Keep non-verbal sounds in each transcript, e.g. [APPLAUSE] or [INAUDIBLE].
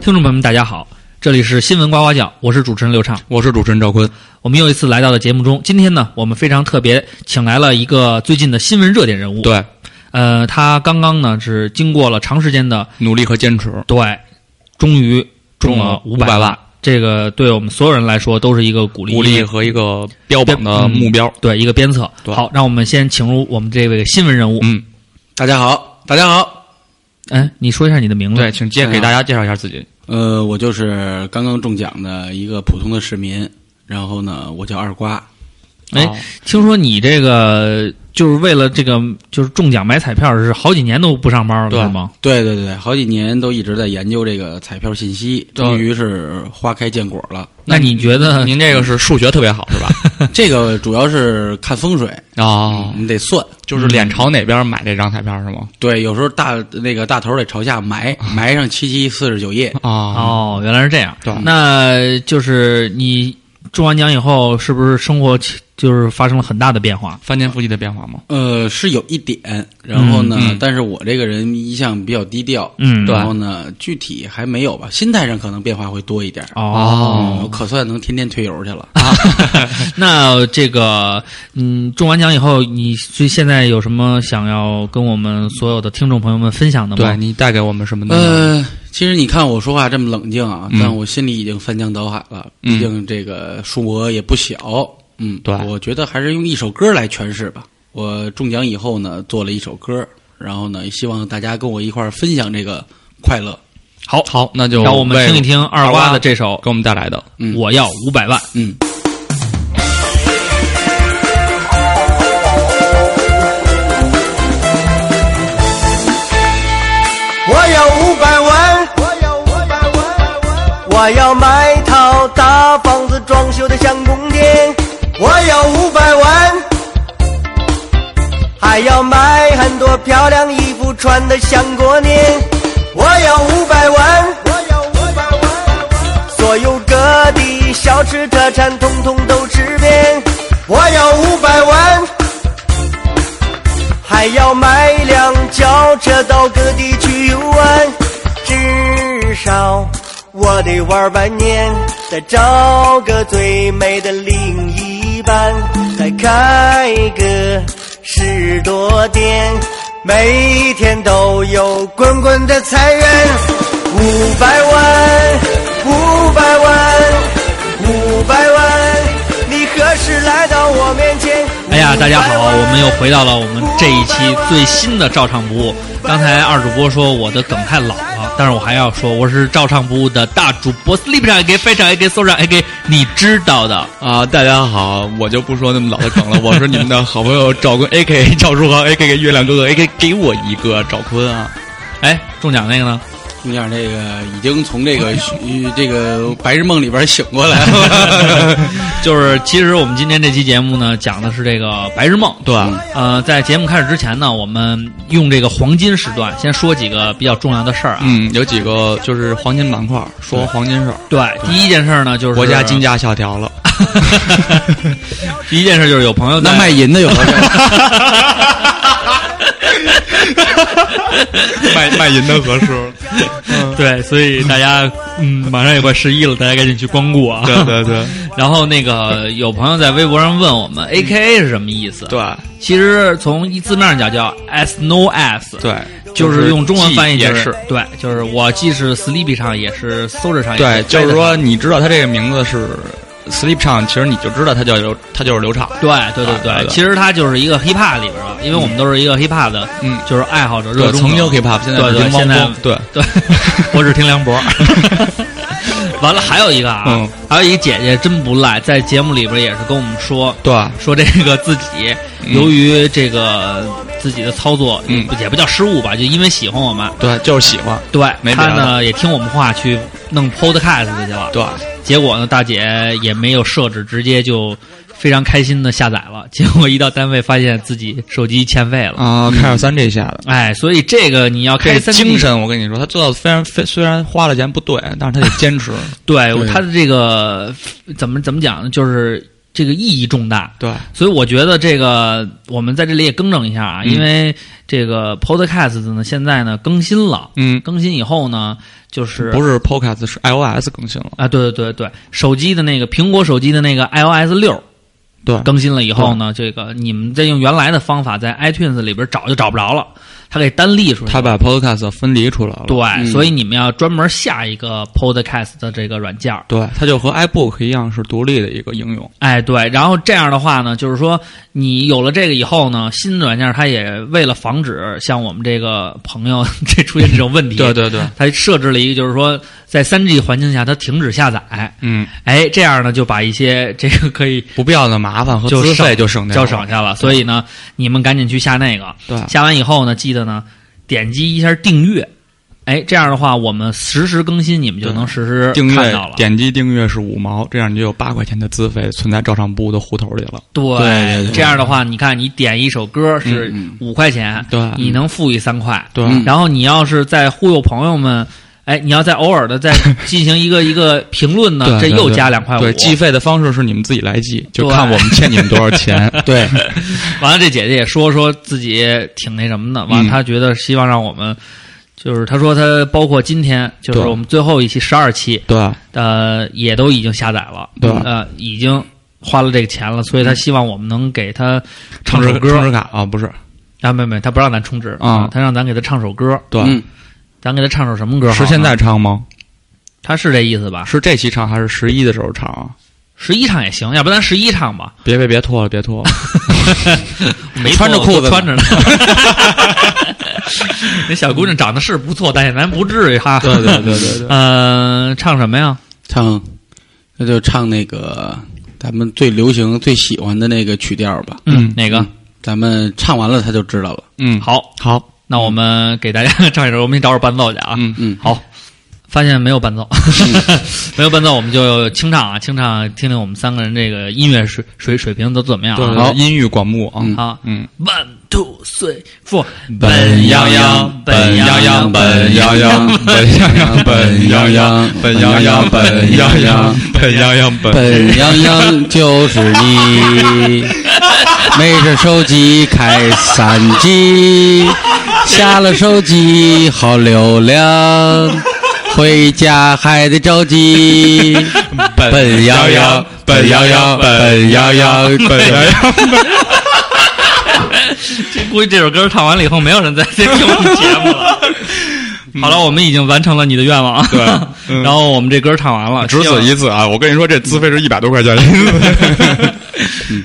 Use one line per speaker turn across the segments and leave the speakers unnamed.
听众朋友们，大家好，这里是新闻呱呱叫，我是主持人刘畅。
我是主持人赵坤。
我们又一次来到了节目中，今天呢，我们非常特别，请来了一个最近的新闻热点人物。，
对，
呃，他刚刚呢是经过了长时间的
努力和坚持，
对，终于中了
中
五
了500
万
万，
这个对我们所有人来说都是一个鼓励，
鼓励和一个标榜的
嗯
目标。
对一个鞭策。
对
好，让我们先请入我们这位新闻人物。
嗯，大家好，大家好。
哎，你说一下你的名字。
对，请介给大家介绍一下自己。
呃，我就是刚刚中奖的一个普通的市民，然后呢，我叫二瓜。
哎
啊
听说你这个就是为了这个就是中奖买彩票是好几年都不上班
对
了，是吗？
对对对，好几年都一直在研究这个彩票信息，终于是花开见果了。
那你觉得
您这个是数学特别好是吧？
这个主要是看风水，
[LAUGHS] 哦，
你得算。
就是脸朝哪边买这张彩票是吗？
对，有时候大那个大头得朝下埋，
嗯
埋上七七四十九夜。
啊，
哦，原来是这样。
对
那就是你中完奖以后，是不是生活起就是发生了很大的变化？
翻天覆地的变化吗？
呃，是有一点，然后呢，
嗯嗯
但是我这个人一向比较低调，
嗯，
对
然后呢，具体还没有吧，心态上可能变化会多一点。
哦，
嗯我可算能天天推油去了。
那这个，嗯，中完奖以后，你最现在有什么想要跟我们所有的听众朋友们分享的
对
吗？
你带给我们什么呢？
呃，其实你看我说话这么冷静啊，
嗯
但我心里已经翻江倒海了，
嗯
毕竟这个数额也不小。嗯，
对
我觉得还是用一首歌来诠释吧。我中奖以后呢，做了一首歌，然后呢，希望大家跟我一块儿分享这个快乐。
好，好，那就
让我们
为
听一听二瓜的这首
给我们带来的。
嗯
《我要五百万》。
嗯，
我要五百万，我要买套大房子，装修的像宫殿。我要五百万，还要买很多漂亮衣服，穿的像过年。我要五百万，所有各地小吃特产统统都吃遍。我要五百万。还要买辆轿车到各地去游玩，至少我得玩半年，再找个最美的另一半，再开个十多店，每天都有滚滚的财源，五百万，五百万，五百万，你何时来到我面前？
哎呀，大家好，
500万
我们又回到了我们这一期最新的照唱不误。刚才二主播说我的梗太老了，但是我还要说我是照唱不误的大主播，sleep 上也给非常也给搜上也给你知道
[LAUGHS]
的。
啊，大家好，我就不说那么老的梗了，我是你们的好朋友赵坤 A K 赵书豪 A K 月亮哥哥 A K 给我一个赵坤啊，
哎，中奖那个呢？
中奖这个已经从这个虚 [LAUGHS] 这个白日梦里边醒过来了。
就是其实我们今天这期节目呢，讲的是这个白日梦。
对，啊
呃，在节目开始之前呢，我们用这个黄金时段先说几个比较重要的事儿啊。
嗯，有几个就是黄金板块，说黄金事儿，
对，第一件事儿呢就是
国家金。价下调了，
第一件事就是有朋友在
[LAUGHS]
[LAUGHS]
[LAUGHS]
那卖淫的有多 [LAUGHS] 少？
卖卖淫的合适，嗯
对，所以大家，嗯，马上也快十一了，大家赶紧去光顾啊。
[LAUGHS] 对对对
[LAUGHS] 然后那个有朋友在微博上问我们 A K A 是什么意思？，
[LAUGHS] 嗯对
其实从一字面上讲叫 as no as，，
对，
就是用中文翻译
也
就是
是，
对，就是我既是 sleepy 上也是 soldier 上，也
对，
是
就是说你知道哎他这个名字是 Sleep 唱，其实你就知道他叫刘，他就是刘畅，
对对对
啊
对
对
对，
对
其实它就是一个 hip hop 里边儿的，因为我们都是一个 hip hop 的，
嗯
就是爱好者，热
对，
衷者
曾经 hip hop，现在
对对
是汪
现在
峰，对，
对，我只听梁 [LAUGHS]
[LAUGHS]
博。完了，还有一个啊，
嗯
还有一个姐姐真不赖，在节目里边也是跟我们说
对，
说这个自己、由于这个自己的操作，
嗯
也不叫失误吧，就因为喜欢我们，
对，就是喜欢，
对
没
她
别的
呢也听我们话去弄 podcast 去了，
对，
结果呢，大姐也没有设置，直接就非常开心的下载了，结果一到单位发现自己手机欠费了，
啊，开尔三这一下子。
哎，所以这个你要
这
开三 D
精神，我跟你说，他做到非常非虽然花了钱不对，但是他得坚持。
对他的这个怎么怎么讲呢？就是这个意义重大。
[LAUGHS] 对，
所以我觉得这个我们在这里也更正一下
嗯
啊，因为这个 Podcast 呢现在呢更新了，
嗯，
更新以后呢就是
不是 Podcast 是 iOS 更新了，
啊，对对对对，手机的那个苹果手机的那个 iOS 六
对，
更新了以后
嗯
呢，这个你们再用原来的方法在 iTunes 里边找就找不着了，它给单立出来了。
他把嗯 Podcast 分离出来了，
对，所以你们要专门下一个 Podcast 的这个软件儿。
对，它就和 iBook 一样是独立的一个应用，
哎，对，然后这样的话呢，就是说你有了这个以后呢，新的软件它也为了防止像我们这个 [LAUGHS] 朋友这出现这种问题，
对对对，
它设置了一个就是说在三 G 环境下它停止下载，
嗯，
哎，这样呢就把一些这个可以
不必要的麻烦和
就
资费
省
就省掉
就
了，
省下了，所以呢，你们赶紧去下那个，
对
下完以后呢，记得呢点击一下订阅，哎，这样的话我们实时更新，你们就
对
能实时
订
看
阅
到了，
点击订阅是五毛，这样你就有八块钱的资费存在照常部的户头里了。
对，
对对对
这样的话，你看你点一首歌是
嗯
五块钱，
对
你能富裕三块，
啊对
嗯
然后你要是在忽悠朋友们，哎，你要再偶尔的
[LAUGHS]
再进行一个一个评论呢，这
对对
又
对
加两块五。
对，计费的方式是你们自己来计，就
对
看我们欠你们多少
[LAUGHS]
钱。
对，
完了，这姐姐也说说自己挺那什么的，完了
嗯
她觉得希望让我们。就是她说她包括今天，就是
对
我们最后一期十二期，
对
呃，也都已经下载了，
对
呃，已经花了这个钱了，所以她希望我们能给她唱
充值
首歌
充值卡啊，不是，
啊，没没，他不让咱充值
啊
他让咱给他唱首歌，
对，
嗯，
咱给他唱首什么歌好呢？
是现在唱吗？
他是这意思吧？
是这期唱还是十一的时候唱啊？
十一唱也行，要不咱十一唱吧？
别别别脱了，别
[LAUGHS]
脱了，
没
穿着
错我
裤子呢
穿着呢。 [LAUGHS] 那小姑娘长得是不错，但是咱不至于哈。
对对对对对
呃，唱什么呀？
唱，那就唱那个咱们最流行、最喜欢的那个曲调吧。
嗯
嗯，
哪个？
咱们唱完了他就知道了。
嗯，
好，
好，
那我们给大家 [LAUGHS] 唱一首，我们给你找会儿伴奏去啊。
嗯
嗯，
好，发现没有伴奏， [LAUGHS] 没有伴奏，我们就清唱啊，清唱，听听我们三个人这个音乐水水水平都怎么样
对，
啊？
对对音域广目啊，
好，
嗯，
One two three four，
本洋洋
本洋洋，
本洋洋
本洋洋，
本洋洋
本洋洋，本洋洋，本洋洋，本
本洋洋就是你，没事手机开三 G，下了手机好流量，回家还得着急。本洋
呃
洋，本洋洋，本洋洋，本洋洋。
估计这首歌唱完了以后，没有人再再听我们节目
[LAUGHS]
了。好了，我们已经完成了你的愿望。 [LAUGHS]
对嗯
然后我们这歌唱完了，
只
希望
此一次啊！我跟你说，这资费是啊一百多块钱。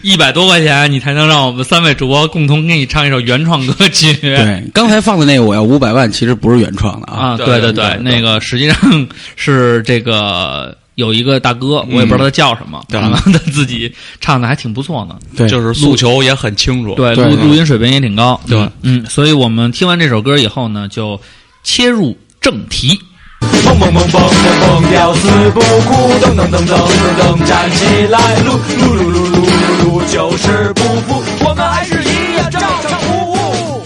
一百多块钱，你才能让我们三位主播共同给你唱一首原创歌曲。
对，刚才放的那个我要五百万，其实不是原创的啊。
啊，
对
对
对
对，
对
那个实际上是这个有一个大哥，我也不知道他叫什么，
对
然后他自己唱的还挺不错呢。
对，
呃就是诉求也很清楚。
对，
对
录
对
录音水平也挺高。
对
嗯，嗯，所以我们听完这首歌以后呢，就切入正题。
蹦蹦蹦蹦蹦蹦，吊死不哭，噔噔噔噔噔噔，站起来，撸撸撸撸撸撸撸，就是不服，我们还是一样照常服务。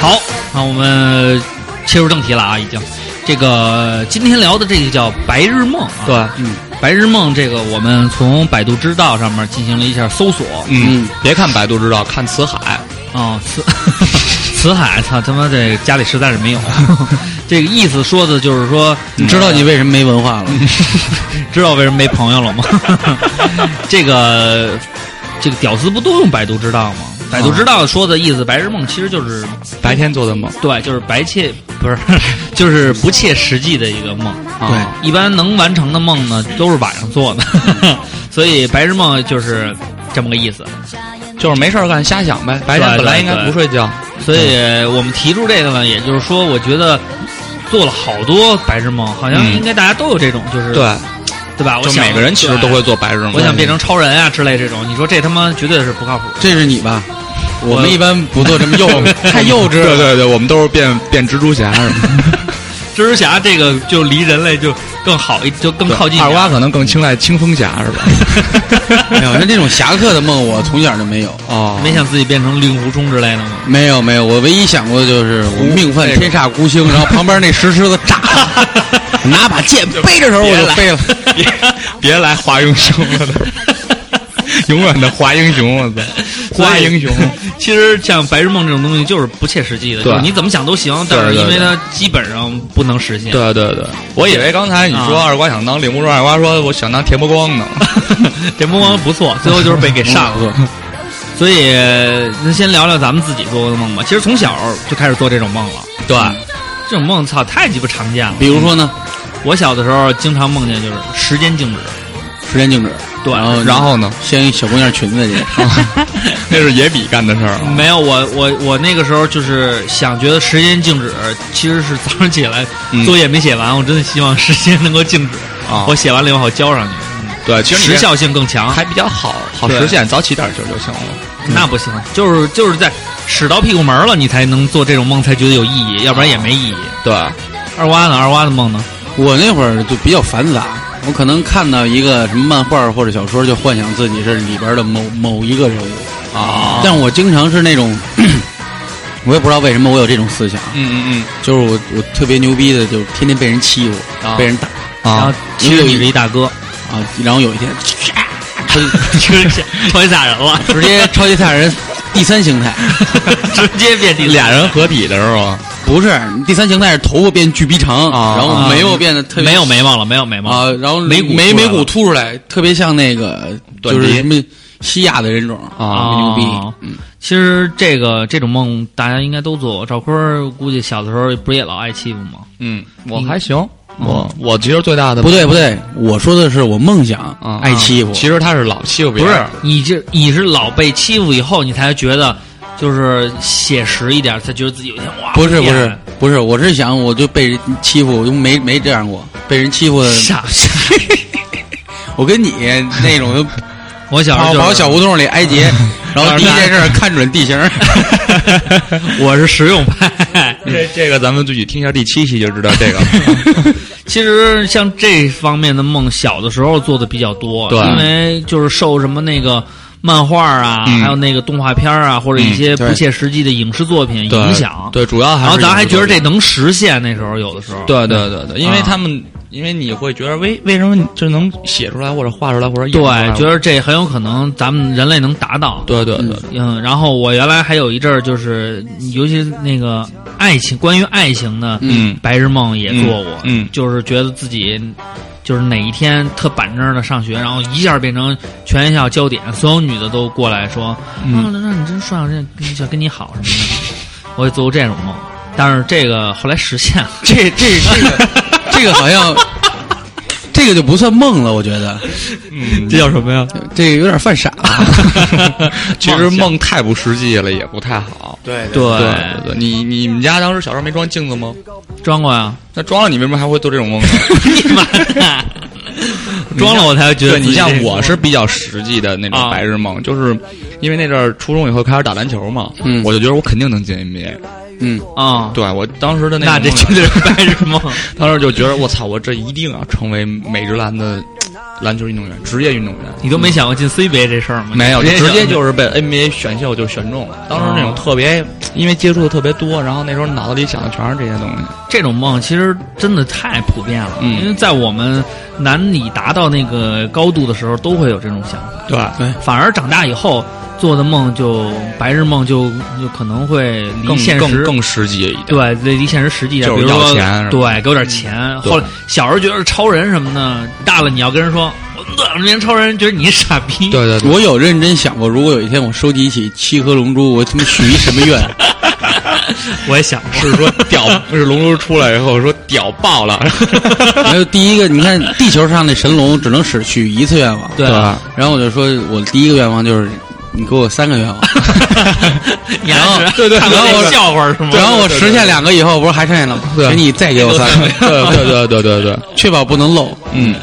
好，那我们切入正题了啊，已经。这个今天聊的这个叫白日梦啊，
对，
嗯，白日梦这个我们从百度知道上面进行了一下搜索，
嗯，别看百度知道，看辞海。
哦， [LAUGHS] 辞辞海，操他妈这家里实在是
[LAUGHS]
没有，这个意思说的就是说，
你知道你为什么没文化了？
嗯
知道为什么没朋友了吗？ [LAUGHS] 这个这个屌丝不都用百度知道吗？百度知道说的意思，白日梦其实就是
白天做的梦，
对，就是白切不是， [LAUGHS] 就是不切实际的一个梦。
啊
一般能完成的梦呢，都是晚上做的， [LAUGHS] 所以白日梦就是这么个意思。
就是没事儿干瞎想呗。白天
对
本来
对
应该
对
不睡觉，
所以我们提出这个呢，也就是说，我觉得做了好多白日梦，好像
嗯
应该大家都有这种，就是
对，
对吧？我
就
想
每个人其实都。
对
会做白日梦。
我想变成超人啊之类这种，你说这他妈绝对是不靠谱。
这是你吧？ [LAUGHS] 我们一般不做这么幼， [LAUGHS] 太幼稚
对
了。
[LAUGHS] 对对，我们都是变变蜘蛛侠什么的。
蜘蛛侠这个就离人类就更好一，就更靠近
二
点
瓜
儿。
可能更青睐清风侠是吧？
没哎有，那这种侠客的梦我从小就没有，
哦，
没想自己变成令狐冲之类的吗？
没有没有，我唯一想过就是我命犯天煞孤 [LAUGHS] 星，然后旁边那石狮子炸了， [LAUGHS] 拿把剑背着手我就飞了。
别别来华英雄了， [LAUGHS] 永远的华英雄，我操，华英雄，
其实像白日梦这种东西就是不切实际的，
对
就是你怎么想都行，但是
对对
因为
对
它基本上不能实现。
对对对，我以为刚才你说
啊
二瓜想当令狐冲，二瓜说我想当田伯光呢。
这目光不错，最后就是被给上
嗯
了。所以，那先聊聊咱们自己做过的梦吧。其实从小就开始做这种梦了。嗯
对，
这种梦操太鸡巴常见了。
比如说呢，
我小的时候经常梦见就是时间静止，嗯
时间静止，
对
然后
然后呢？
掀一小姑娘裙子去，
[LAUGHS] 那是野比干的事儿啊。
没有，我我我那个时候就是想觉得时间静止，其实是早上起来、
嗯
作业没写完，我真的希望时间能够静止。
啊
我写完了以后好交上去，
对，其实你
时
这
效性更强。
还比嗯较好，好
对
实现，早起点儿就就行了。
那不行，就是就是在使到屁股门了，你才能做这种梦，才觉得有意义，要不然也没意义。
对，
二瓜呢？二瓜的梦呢？
我那会儿就比较繁杂，我可能看到一个什么漫画或者小说，就幻想自己是里边的某某一个人物。
啊，
但我经常是那种， [CLEARS THROAT] 我也不知道为什么我有这种思想，
嗯嗯
就是我我特别牛逼的，就天天被人欺负，
啊
被人打
嗯，
然后
啊，
其实你是一大哥，
啊。然后有一天， [LAUGHS]
直 [LAUGHS] 接超级吓人了，
[LAUGHS]
直接超级赛亚人第三形态，
直接变第
俩人合体的时候啊，
不是第三形态是头发变巨逼长，
啊
然后眉毛变得特别
啊没有眉毛了，没有眉毛
啊，然后
眉骨出
眉
来
眉
了
骨凸出来，特别像那个
短
就是
笛
什么西亚的人种
啊
牛逼。
哦
嗯，
其实这个这种梦大家应该都做过。赵坤儿估计小的时候不是也老挨欺负吗？
嗯，我还行，我我其实最大的
不对不对，我说的是我梦想、
啊
爱欺负，
其实他是老欺负别
不
人
是，，你这你是老被欺负以后，你才觉得就是写实一点，才觉得自己有一天哇，
不是
厉
不
害
是不是，我是想我就被人欺负，我就没没这样过，被人欺负的，
傻傻。 [LAUGHS]
我跟你那 [LAUGHS] 种就
我小时候
跑
就是
跑小胡同里挨 [LAUGHS] 劫，然后第一件事儿看准地形，
[LAUGHS]
[LAUGHS]
我是实用派。
这这个咱们自己听一下第七期就知道这 [LAUGHS] 个
其实像这方面的梦，小的时候做的比较多，
对
因为就是受什么那个漫画啊，
嗯
还有那个动画片啊，或者一些
嗯对
不切实际的影视作品
对
影响。
对，主要还
然
是
后咱还
影视
觉
作
得
品
这能实现，那时候有的时候。
对对对对，因为他们，因为你会觉得为为什么你这能写出来或者画出来或者演
对
出来
觉得这很有可能咱们人类能达到。
对对对，
嗯，然后我原来还有一阵儿，就是尤其那个爱情，关于爱情的
嗯
白日梦也做过，
嗯嗯
就是觉得自己就是哪一天特板正的上学，然后一下变成全学校焦点，所有女的都过来说，啊，那你真帅，这想跟你好什么的，我也做过这种梦，但是这个后来实现了，
这这这个这个好 [LAUGHS] 像。这个就不算梦了，我觉得
这叫什么呀？
嗯这个有点犯傻了。
其实梦太不实际了，也不太 [LAUGHS] 好。
对
对，
对对对，你你们家当时小时候没装镜子吗？
装过啊呀，
那装了，你为什么还会做这种梦呢？
你妈的， [LAUGHS] 装了我才觉得
对
自
你
己这个，
像我是比较实际的那
啊
种白日梦，就是因为那阵儿初中以后开始打篮球嘛，
嗯
我就觉得我肯定能进 NBA。
嗯，
啊，
对我当时的
那
那
这
个
绝
梦啊
对是白日梦。
当时就觉得我操，我这一定要成为美职篮的篮球运动员，职业运动员。嗯
你都没想过进 CBA 这事儿吗？
没有，就直接
想哦
就是被 NBA 选秀就选中了。当时那种特别，因为接触的特别多，然后那时候脑子里想的全是这些东西。
这种梦，其实真的太普遍了。
嗯
因为在我们难以达到那个高度的时候，都会有这种想法。
对，
反而长大以后做的梦就，白日梦就就可能会离现
更
实
嗯更更实际一点。，
对，对离现实实际一点，
就是
比如说
要钱是吧嗯
对，给我点钱。
对
后来小时候觉得是超人什么的，大了你要跟人说，我怎么变成超人？觉得你是傻逼。
对对对，
我有认真想过，如果有一天我收集一起七颗龙珠，我他妈许一什么 [LAUGHS] 愿？
我也想过，
是说屌，是龙珠出来以后说屌爆了，
还有第一个，你看地球上那神龙只能使许一次愿望，
对
吧？
然后我就说，我第一个愿望就是你给我三个愿 [LAUGHS] 望，
你还是
对对
看过
然后
那
我
笑话是吗？
然后我实现两个以后，不是还剩下了吗？
对
给你再给我三个， [LAUGHS]
对对对对对对，
确保不能漏。
嗯。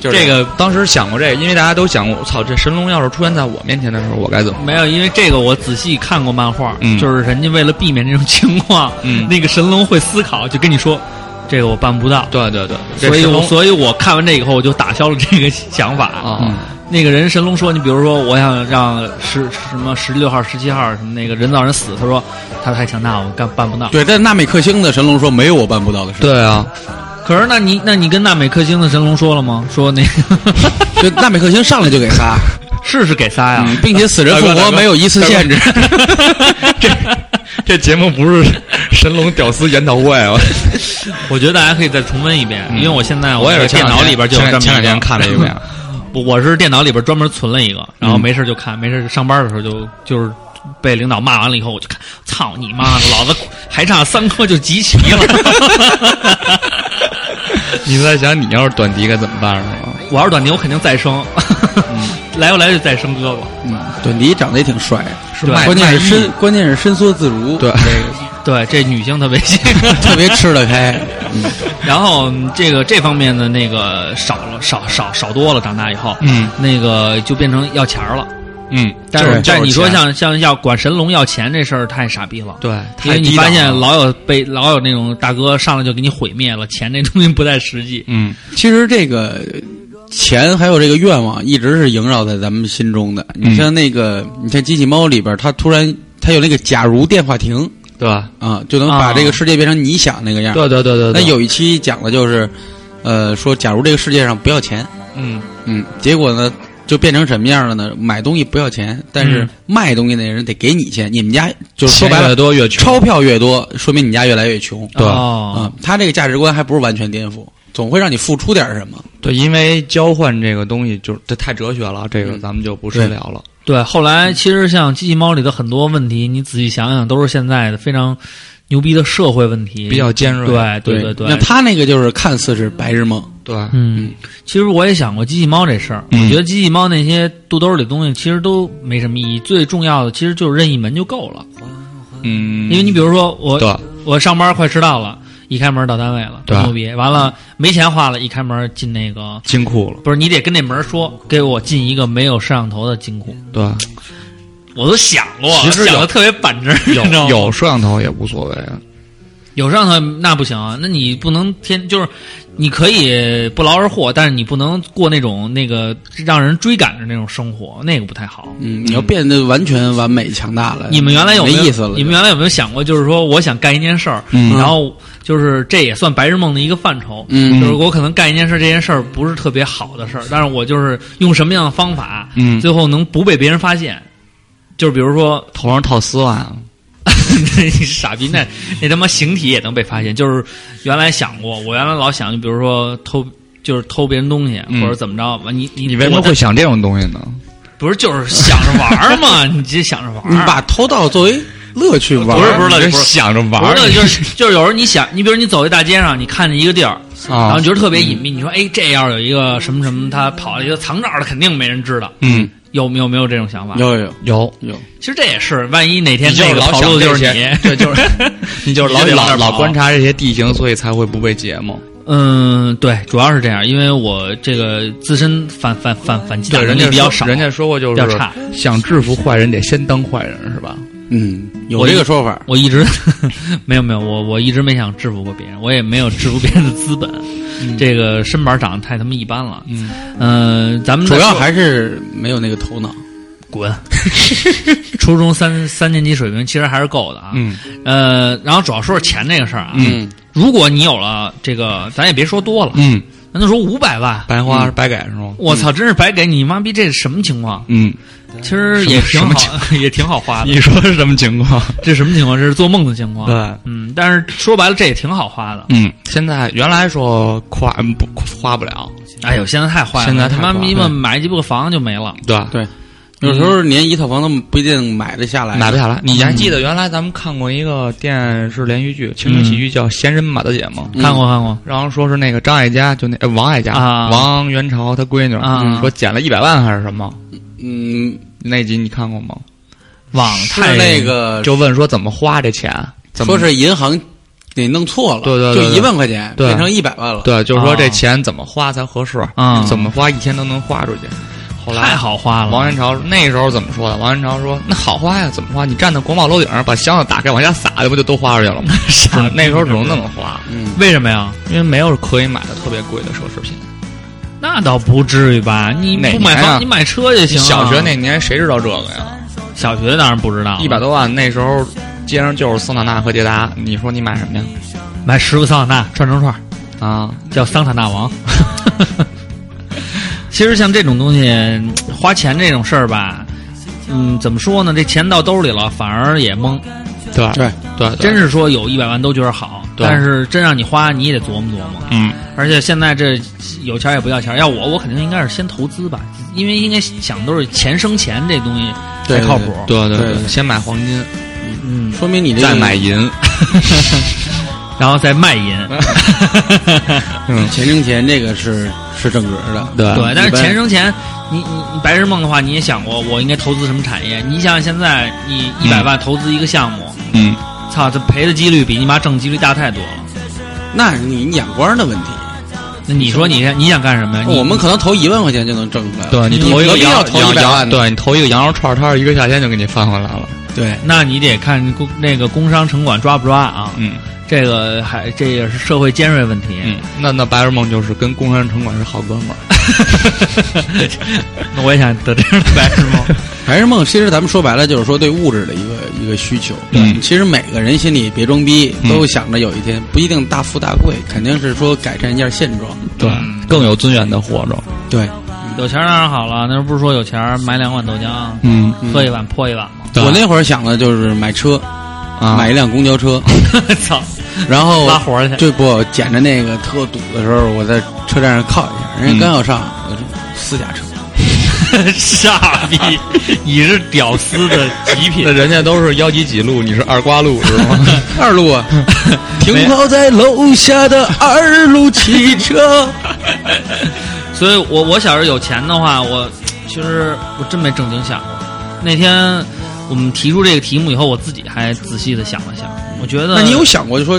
就是
这个
当时想过这个，因为大家都想过，我操，这神龙要是出现在我面前的时候，我该怎么？
没有，因为这个我仔细看过漫画，
嗯
就是人家为了避免这种情况，
嗯
那个神龙会思考，就跟你说，这个我办不到。
对对对，
所以我
我
所以我看完这以后，我就打消了这个想法。
啊
嗯
那个人神龙说，你比如说，我想让十什么十六号、十七号什么那个人造人死，他说他太强大，我干办不到。
对，但是纳美克星的神龙说没有我办不到的事。
对啊，
可是那你那你跟纳美克星的神龙说了吗？说那个
就纳美克星上来就给仨，
试试给仨呀、
嗯并且死人复活没有一次限制。
这这节目不是神龙屌丝研讨会 [LAUGHS] 啊！
我觉得大家可以再重温一遍，因为我现在
嗯我也
在
是
电脑里边就有这
前
么
两
一
前两
个
天看了一遍， [LAUGHS]
不，我是电脑里边专门存了一个，
嗯
然后没事就看，没事上班的时候就就是被领导骂完了以后，我就看，操你妈的，老子还差三颗就集齐 [LAUGHS] 了。
你在想你要是短笛该怎么办是吗？
我要是短笛，我肯定再生，
嗯
来不来就再生胳膊。
嗯，对，你长得也挺帅，是
吧
关键是
卖艺
伸，关键是伸缩自如，
对，
对，这女性特别
[LAUGHS]
性。
特别吃得开。
然后嗯这个这方面的那个少了，少少少多了。长大以后，
嗯，
那个就变成要钱儿了。
嗯，
但
就是是
但你说
就是钱
像像要管神龙要钱这事儿太傻逼了。
对，
因
太
为你
低档
发现
了
老有被老有那种大哥上来就给你毁灭了，钱这东西不太实际。
嗯
其实这个钱还有这个愿望，一直是萦绕在咱们心中的。
嗯
你像那个，你像机器猫里边，它突然它有那个假如电话亭
对吧
啊，就能把
啊
这个世界变成你想那个样。
对对对对
那
对，
有一期讲的就是，呃，说假如这个世界上不要钱，
嗯，
嗯，结果呢就变成什么样了呢？买东西不要钱，但是
嗯
卖东西那人得给你钱。你们家就是说
钱
白
越
了，
多越穷
钞票越多，说明你家越来越穷。
对
啊、
哦，
他这个价值观还不是完全颠覆，总会让你付出点什么。
对，因为交换这个东西就是这太哲学了，这个咱们就不深聊了。
对。后来其实像机器猫里的很多问题，你仔细想想，都是现在的非常牛逼的社会问题，嗯
比较尖锐
对对对
那他那个就是看似是白日梦，
对，
嗯，其实我也想过机器猫这事儿，
嗯
我觉得机器猫那些肚兜里东西其实都没什么意义，最重要的其实就是任意门就够了。
嗯，
因为你比如说我，
对
我上班快迟到了，一开门到单位了，
对
牛逼！完了没钱花了，一开门进那个
金库了，
不是你得跟那门说，给我进一个没有摄像头的金库。
[LAUGHS] 对，
我都想过，
其实有
想的特别板正，你知道
有
吗
有摄像头也无所谓啊。
有摄像头那不行啊，那你不能天就是你可以不劳而获，但是你不能过那种那个让人追赶的那种生活，那个不太好。
嗯，你要变得完全完美强大了，
你们原来有没
没
有
意思了？
你们原来有没有想过，就是说我想干一件事儿，
嗯
然后就是这也算白日梦的一个范畴，
嗯
就是我可能干一件事儿，这件事儿不是特别好的事儿，但是我就是用什么样的方法，
嗯
最后能不被别人发现，就是比如说
头上套丝袜啊，
[LAUGHS] 那你傻逼，那那他妈形体也能被发现。就是原来想过，我原来老想，就比如说偷，就是偷别人东西，
嗯
或者怎么着。完，你你
你为什么
我在
会想这种东西呢？
不是就是想着玩儿
[LAUGHS]
嘛？你这想着玩
你
儿，
嗯把偷盗作为乐趣玩儿，
不是不是
你
乐趣
这
不是
想着玩
不
儿
是的，就是就是有时候你想，你比如你走在大街上，你看见一个地儿，然
啊
后你觉得特别隐秘，你说哎，这要是有一个什么什么，他跑了一个藏这儿的，肯定没人知道。
嗯，
有没有没有这种想法？
有有
有，
有，
其实这也是，万一哪天
你就
那
是
个
老
跑
想
路
这
就是
些
你，
[LAUGHS] 对，就是 [LAUGHS] 你就是老
你就得往那儿
老老
跑
观察这些地形，所以才会不被劫嘛。
嗯，对，主要是这样，因为我这个自身反反反反击打能
人家
力比较
说
少，
人家说过就
比较
是
差
想制服坏人得先当坏人是吧？
嗯，有
我
这
一
个说法。
我一直 [LAUGHS] 没有没有，我我一直没想制服过别人，我也没有制服别人的资本，这个身板长得太他妈一般了。嗯，呃，咱们
主
再
要
说
还是没有那个头脑，
滚， [LAUGHS] 初中三三年级水平其实还是够的啊。
嗯，
呃，然后主要说说钱这个事儿啊，
嗯，
如果你有了这个，咱也别说多了，
嗯，
咱就说五百万。
白花白改是吗？
我操！真是白给你妈逼，这是什么情况？
嗯，
其实也挺好，也挺好花的。
你说是什么情况？
这什么情况？这是做梦的情况。
对
嗯，但是说白了，这也挺好花的。
嗯，现在原来说花嗯不花不了，
哎呦，现在太坏了！
现在太
他妈
坏了
逼嘛，买鸡巴个房就没了。
对吧？
对，有时
嗯
候连一套房都不一定买得下来，
买不下来。你还记得原来咱们看过一个电视连续剧，情景喜剧叫《闲人马大姐》吗？
看过看过，
然后说是那个张艾嘉，就那呃王艾嘉，
啊
王元朝他闺女，
啊
嗯说捡了一百万还是什么？
嗯，
那集你看过吗？
网
是
太
那个
就问说怎么花这钱？怎么
呃说是银行给弄错了，
对对对对
就一万块钱
对
变成一百万了，
啊对，就是说
哦
这钱怎么花才合适
嗯
怎么花一天都能花出去。后来
太好花了。
王元朝那时候怎么说的？王元朝说：“那好花呀，怎么花？你站在国贸楼顶上，把箱子打开往下撒，这不就都花出去了 [LAUGHS] 吗？”是那时候只能那么花，
为什么呀？
嗯因为没有可以买的特别贵的奢侈品。
那倒不至于吧？你
哪
不买
年啊
房，你买车就行啊。
小学那年谁知道这个呀？
小学当然不知道，
一百多万那时候街上就是桑塔纳和捷达，你说你买什么呀？
买十个桑塔纳串成串儿，
啊，
叫桑塔纳王。 [LAUGHS] 其实像这种东西，花钱这种事儿吧，嗯，怎么说呢？这钱到兜里了，反而也懵。
对吧
对，
对，对
真是说有一百万都觉得好，
对
但是真让你花，你也得琢磨琢磨。
嗯，
而且现在这有钱也不要钱，要我，我肯定应该是先投资吧，因为应该想都是钱生钱这东西才
对
靠谱。
对对
对对
先买黄金，
嗯，
说明你这
再买银，
然后再卖淫。 [LAUGHS]
嗯，
钱生钱这个是是正格的，嗯
对
对，但是
一般
钱生钱，你你你白日梦的话，你也想过我应该投资什么产业？你想想现在你一百万投资一个项目，
嗯，
操、这赔的几率比你妈挣几率大太多了。
那是你眼光的问题。
啊
那你说你你想干什么呀？你
我们可能投一万块钱就能挣出来了。
对你投一
何
个
必要
羊
投
羊
一百
羊，
万呢？
对你投一个羊肉串儿，它是一个夏天就给你翻回来了，
对，
那你得看工那个工商城管抓不抓啊？
嗯。
这个还这也是社会尖锐问题。
嗯，那那白日梦就是跟工山城管是好哥们儿，
嗯 [LAUGHS] 那我也想得这样的白日梦。
白日梦其实咱们说白了就是说对物质的一个一个需求。
嗯
其实每个人心里别装逼，
嗯
都想着有一天不一定大富大贵，肯定是说改善一下现状。
对，更有尊严的活着。
对，
[LAUGHS] 有钱当然好了，那时候不是说有钱儿买两碗豆浆，
嗯，
喝一碗破一碗吗？
我那会儿想的就是买车，
啊
嗯买一辆公交车，
[LAUGHS] 操，
然后
拉活儿去。
这不捡着那个特堵的时候，我在车站上靠一下，
嗯
人家刚要上，我就私家车。
傻逼，你是屌丝的极
那
[LAUGHS] 品。
人家都是幺几几路，你是二瓜路是吗？
二路啊， [LAUGHS] 停靠在楼下的二路汽
[LAUGHS]
车。
所以我我小时候有钱的话，我其实我真没正经想过。那天我们提出这个题目以后，我自己还仔细的想了想，我觉得
那你有想过就说，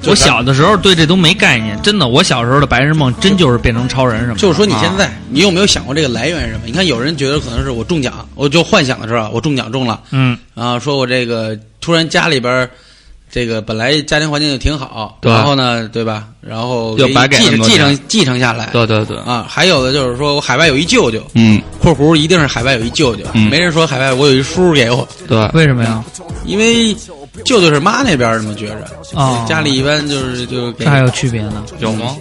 就
我
咱
小的时候对这都没概念，真的，我小时候的白日梦真就是变成超人什么的。
就是说你现在
啊
你有没有想过这个来源是什么？你看有人觉得可能是我中奖，我就幻想的时候我中奖中了
嗯，
啊，说我这个突然家里边儿这个本来家庭环境就挺好，
对
然后呢，对吧？然后
又白给
继
那么多
继
钱
承继承下来，
对对对，
啊，还有的就是说我海外有一舅舅。
嗯，
括弧一定是海外有一舅舅，
嗯
没人说海外我有一叔给我，
对，
为什么呀？
因为舅舅是妈那边儿这么觉着，
哦
家里一般就是就给
这还有区别呢？
有吗？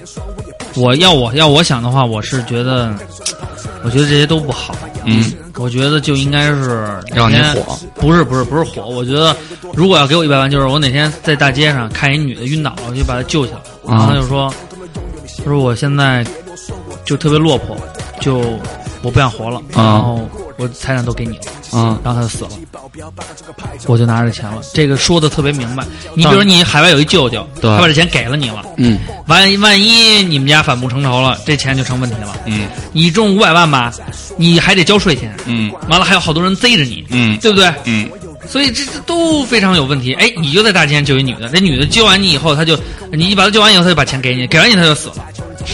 我要我要我想的话，我是觉得，我觉得这些都不好。
嗯，
我觉得就应该是
让你
哪天
火，
不是不是不是火。我觉得如果要给我一百万，就是我哪天在大街上看一女的晕倒了，我就把她救起来，然后她就说，她说我现在就特别落魄，就我不想活了，
啊
然后我财产都给你了。
啊，
然后他就死了，我就拿着钱了。这个说的特别明白。你比如你海外有一舅舅，
对
他把这钱给了你了，
嗯，
万一万一你们家反目成仇了，这钱就成问题了。
嗯
你中五百万吧，你还得交税钱，
嗯
完了还有好多人贼着你，
嗯
对不对？
嗯，
所以这这都非常有问题。哎，你就在大街上救一女的，这女的救完你以后，她就你把她救完以后，她就把钱给你，给完你她就死了，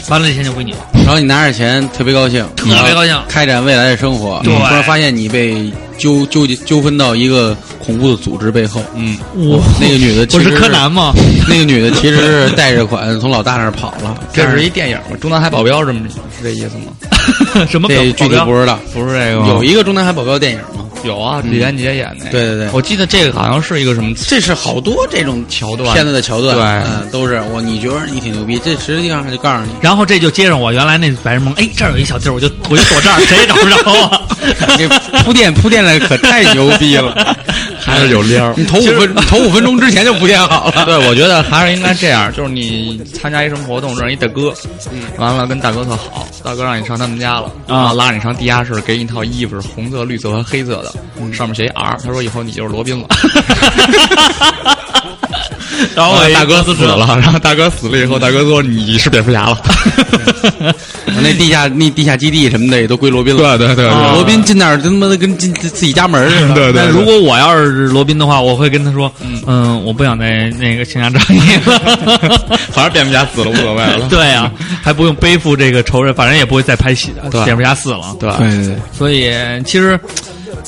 完了这钱就归你了，
然后你拿着钱特别高兴，特
特别高兴。
开展未来的生活，
对
突然发现你被纠纠结纠纷到一个恐怖的组织背后，
嗯，
我
哦那个女的
我
其实
是柯南吗？ [LAUGHS]
那个女的其实是贷着款从老大那儿跑了，
这是一电影吗？中南海保镖这么是这意思吗？
什么表
这具体
保镖
不知道，
不是这个
有一个中南海保镖电影吗？
有啊，李连杰演的。
对对对
我记得这个好像是一个什么
这是好多这种
桥段
片子的桥段，
对
嗯，都是我你觉得你挺牛逼，这实际上就告诉你，
然后这就接上我原来那白日梦，哎，这儿有一小地儿，我就我就躲这儿，谁也找不着啊
[LAUGHS] 这
我。
铺垫铺垫的可太牛逼了，
还是有嗯料。
你头五
[LAUGHS]
分头五分钟之前就铺垫好了，
对，我觉得还是应该这样，就是你参加一什么活动，认识一大哥，完了跟大哥特好，大哥让你上他们家了，然后拉你上地下室，给你一套衣服，是红色、绿色和嗯黑色的，上面写一 R，他说以后你就是罗宾了。
[LAUGHS] 然后我
[LAUGHS]
啊
大哥死
[LAUGHS]
了，然后大哥死了以后，大哥说你是蝙蝠侠 [LAUGHS] 了。
那地下那地下基地什么的也都归罗宾了。
对对对
啊
对
罗宾进那儿他妈的跟进自己家门儿似的。
啊
啊
对对
那
对，
如果我要是罗宾的话，我会跟他说，嗯，我不想再那个倾家荡产
[LAUGHS]
了。
反正蝙蝠侠死了无所谓了。
[LAUGHS] 对啊，还不用背负这个仇人，反正也不会再拍戏的。
对
蝙蝠侠四了，
[LAUGHS] 对
对对
所以其实，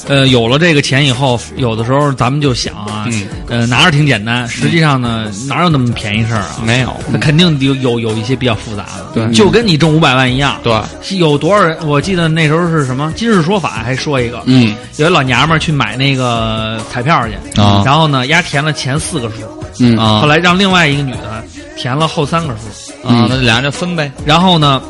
呃，有了这个钱以后，有的时候咱们就想啊，
嗯
呃，拿着挺简单，实际上呢，哪有那么便宜事儿啊？
没有，
那肯定有有有一些比较复杂的，
对
就跟你挣五百万一样，
对，
有多少人？我记得那时候是什么《今日说法》还说一个，
嗯，
有一老娘们儿去买那个彩票去，
啊
然后呢，丫填了前四个数，
嗯
后
啊
来让另外一个女的填了后三个数，
啊，那俩人就分呗。
然后呢，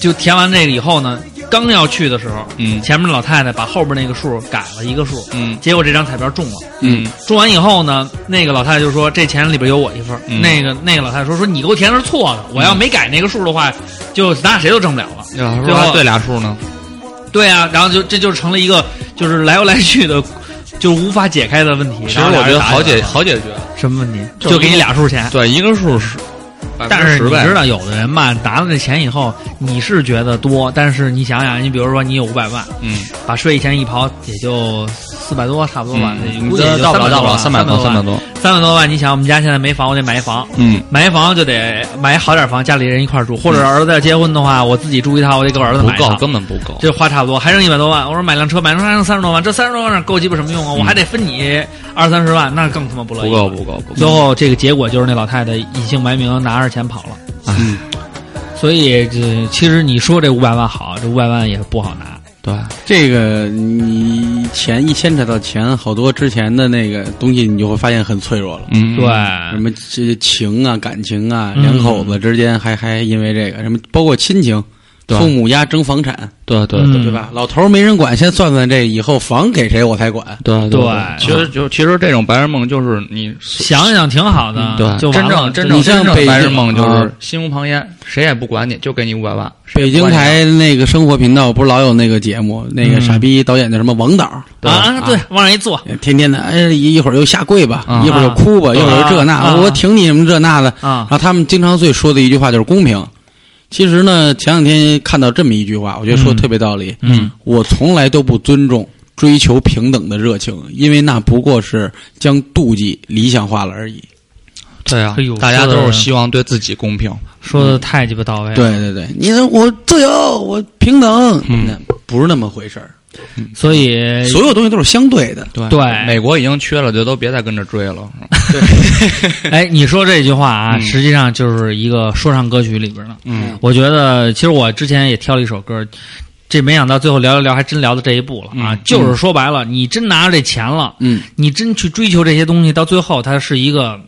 就填完这个以后呢，刚要去的时候，
嗯
前面老太太把后边那个数改了一个数，
嗯
结果这张彩票中了。
嗯
中完以后呢，那个老太太就说：“这钱里边有我一份儿。
嗯
那个那个老太太说：“说你给我填的是错的，我要没改那个数的话，就咱俩谁都挣不了了。
要
最
说
后
还对俩数呢，”
对啊，然后就这就成了一个就是来回来去的，就是无法解开的问题。
其实
然后
我
俩
觉
人
得
打起来
好解
了
好解决。
什么问题？
就是
就给你俩数钱。
对，一个数是，
但是
10%
你
呗
知道，有的人吧，拿了这钱以后，你是觉得多，但是你想想，你比如说你有五百万，
嗯，
把税前一刨，也就四百多，差不多吧，
嗯
也
你
估计也
这
就
到不了
300
到不了
三
300多
多，
300多，
三百多万。你想，我们家现在没房，我得买一房，
嗯，
买一房就得买好点房，家里人一块儿住，或者儿子要结婚的话，我自己住一套，我得给我儿子
嗯不
买一
够，
套。
根本不够。
这花差不多，还剩一百多万。我说买辆车，买辆车还剩三十多万，这三十多万够鸡巴什么用啊？我还得分你二三十万，那更他妈不乐意。
嗯不够不够不
最
够，
后这个结果就是那老太太隐姓埋名拿着钱跑了。
啊
嗯，
所以这其实你说这五百万好，这五百万也不好拿。
对，
这个你钱一牵扯到钱，好多之前的那个东西，你就会发现很脆弱了。
嗯，
对，
什么这情啊、感情啊，
嗯
两口子之间还还因为这个什么，包括亲情，
对
父母家争房产，
对对
嗯
对
对吧？老头儿没人管，先算算这以后房给谁我才管。
对嗯
对
其实就其实这种白日梦就是你
想想挺好的，
嗯对，
就完
真
了
正真
就啊
正
你像
真正的
北
白日梦就
啊
是心无旁骛，谁也不管你，就给你五百万。谁也
北
不
京
管你
台那个生活频道不是老有那个节目，那个傻逼导演叫什么王导，
啊，对，往上一坐
天天的哎一会儿又下跪吧，
啊
一会儿又哭吧，一会儿又这
啊
那，我挺你什么这那的。
啊
然后他们经常最说的一句话就是公平。其实呢，前两天看到这么一句话，我觉得说的特别道理。
嗯，
我从来都不尊重追求平等的热情，因为那不过是将妒忌理想化了而已。
对啊
哎呦，
大家
说得
都是希望对自己公平。
说的太鸡巴到位了。
对对对，你说我自由，我平等，那不是那么回事儿。
所以
所有东西都是相哎对的。
对嗯
对
美国已经缺了，就都别再跟着追了。 [LAUGHS]
哎，你说这句话啊，实际上就是一个说唱歌曲里边的。
嗯，
我觉得其实我之前也挑了一首歌，这没想到最后聊一聊，还真聊到这一步了啊！
嗯
就是说白了，你真拿着这钱了，
嗯，
你真去追求这些东西，到最后它是一个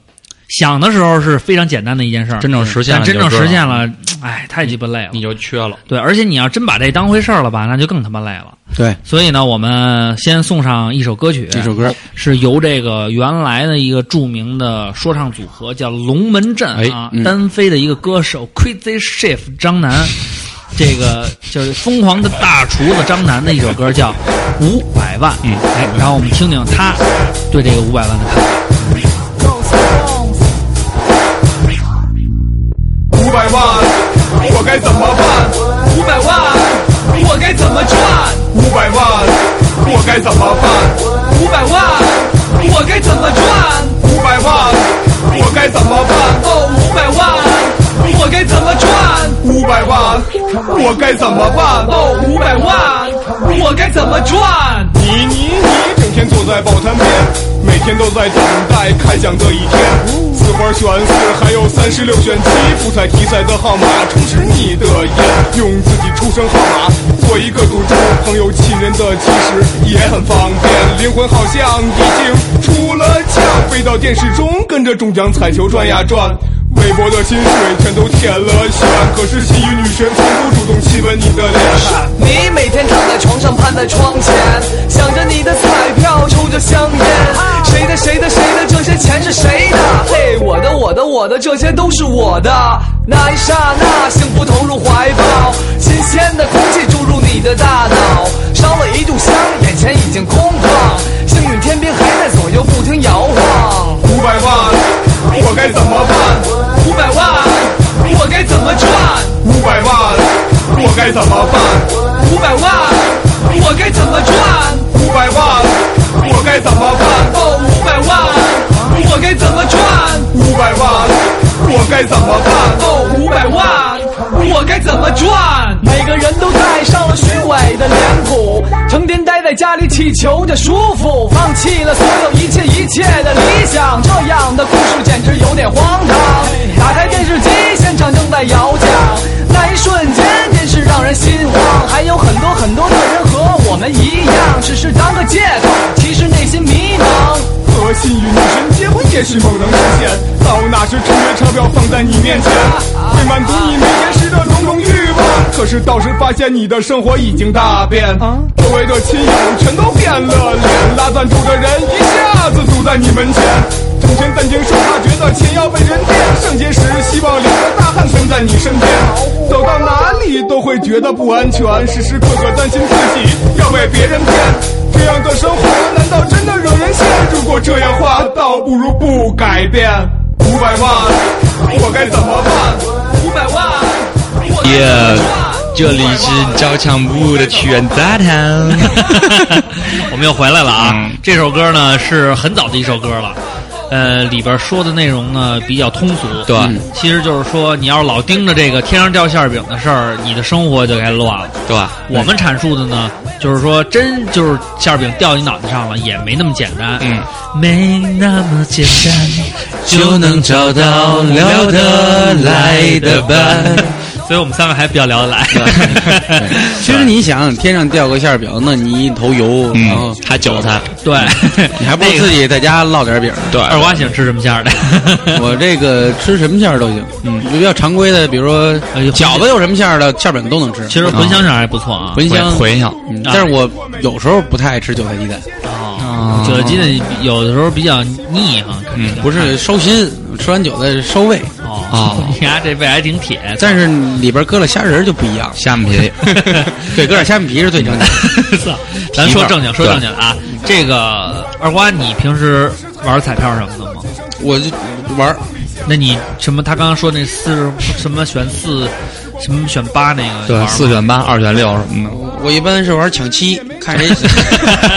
想的时候是非常简单的一件事儿，
真正实现
但
了，
真正实现，了，哎，太鸡巴累了
你。就缺了。
对，而且你要真把这当回事儿了吧，那就更他妈累了。
对，
所以呢，我们先送上一首歌曲，
这首歌
是由这个原来的一个著名的说唱组合叫龙门阵啊，
嗯
单飞的一个歌手 Crazy Chef 张楠，这个就是疯狂的大厨子张楠的一首歌叫《五百万》，嗯，哎，然后我们听听他对这个五百万的看法。
五百万，我该怎么办？五百万，我该怎么赚？五百万，我该怎么办？五百万，我该怎么赚？五百万，我该怎么办？哦，五百万，我该怎么赚？五百万，我该怎么办？哦，五百万，我该怎么赚？
你你你整天坐在报摊边，每天都在等待开奖这一天。四环选四，还有三十六选七，复彩体彩的号码充斥你的眼，用自己出生号码做一个赌注，朋友亲人的其实也很方便。灵魂好像已经出了窍，飞到电视中跟着中奖彩球转呀转。微薄的薪水全都填了炫，可是啊其余女神从不主动亲吻你的脸。
你每天躺在床上，盼在窗前，想着你的彩票，抽着香烟，谁的谁的谁的，这些钱是谁的？嘿，我的我的我的，这些都是我的。那一刹那，幸福投入怀抱，新鲜的空气注入你的大脑，烧了一炷香，眼前已经空旷，幸运天边还在左右不停摇晃。
五百万，我我该怎么办？
五百万，我该怎么赚？
五百万，我该怎么办？
五百万，我该怎么赚？
五百万，我该怎么办？
哦，五百万，我该怎么赚？
五百万，我该怎么办？
哦，五百万，我该怎么赚？每个人都戴上了虚伪的脸谱，成天待在家里祈求着舒服，放弃了所有一切一切的理想。这样的故事简直有点荒唐。打开电视机，现场正在摇奖，那一瞬间真是让人心慌。还有很多很多的人和我们一样，只是当个借口，其实内心迷茫。
和心与女神结婚也是梦能实现，到那时成月钞票放在你面前，会满足你每年时的种种欲望。可是到时发现你的生活已经大变，周围的亲友全都变了脸，拉赞助的人一下子堵在你门前。整天担惊受怕，觉得钱要被人骗。上街时希望两个大汉跟在你身边，走到哪里都会觉得不安全，时时刻刻担心自己要被别人骗。这样的生活难道真的惹人羡？如果这样话，倒不如不改变。五百万，我该怎么办？
五百万，我该
耶
怎么赚？
这里是照唱部的全杂谈。
[LAUGHS] 我们又回来了啊！
嗯
这首歌呢是很早的一首歌了，呃，里边说的内容呢比较通俗，
对
嗯其实就是说你要是老盯着这个天上掉馅儿饼的事儿，你的生活就该乱了。
对，
我们阐述的呢，就是说真就是馅儿饼掉你脑袋上了，也没那么简单，
嗯，
没那么简单，
[LAUGHS] 就能找到聊得来的伴。
[LAUGHS] 所以我们三个还比较聊得来。
[LAUGHS] 其实你想，天上掉个馅儿饼，那你一头油，然后
嗯，还韭菜，
[LAUGHS] 对，
[LAUGHS] 你还不如
那个
自己在家烙点饼。 [LAUGHS]
对，
二瓜喜欢吃什么馅儿的？ [LAUGHS]
我这个吃什么馅儿都行，嗯，比较常规的，比如说
哎呦
饺子有什么馅儿的，馅儿饼都能吃。
其实茴香馅儿还不错啊，
茴香
茴香
嗯但是我有时候不太爱吃韭菜鸡蛋，
啊，韭菜鸡蛋有的时候比较腻哈，可能
嗯不是收心，吃完韭菜收胃，
哦
哦，
[LAUGHS] 你看这胃还挺铁，
但是里边搁了虾仁儿就不一样了。
下面 [LAUGHS] 皮，
对，搁点虾米皮是最正常
嗯
的。
[LAUGHS] 操，咱说正经说正经啊，这个二瓜，你平时玩彩票什么的吗？
我就玩儿，
那你什么？他刚刚说那四什么选四，什么选八那个玩
对，
吗
四选八，二选六什么的。
我一般是玩抢七，看谁
[LAUGHS]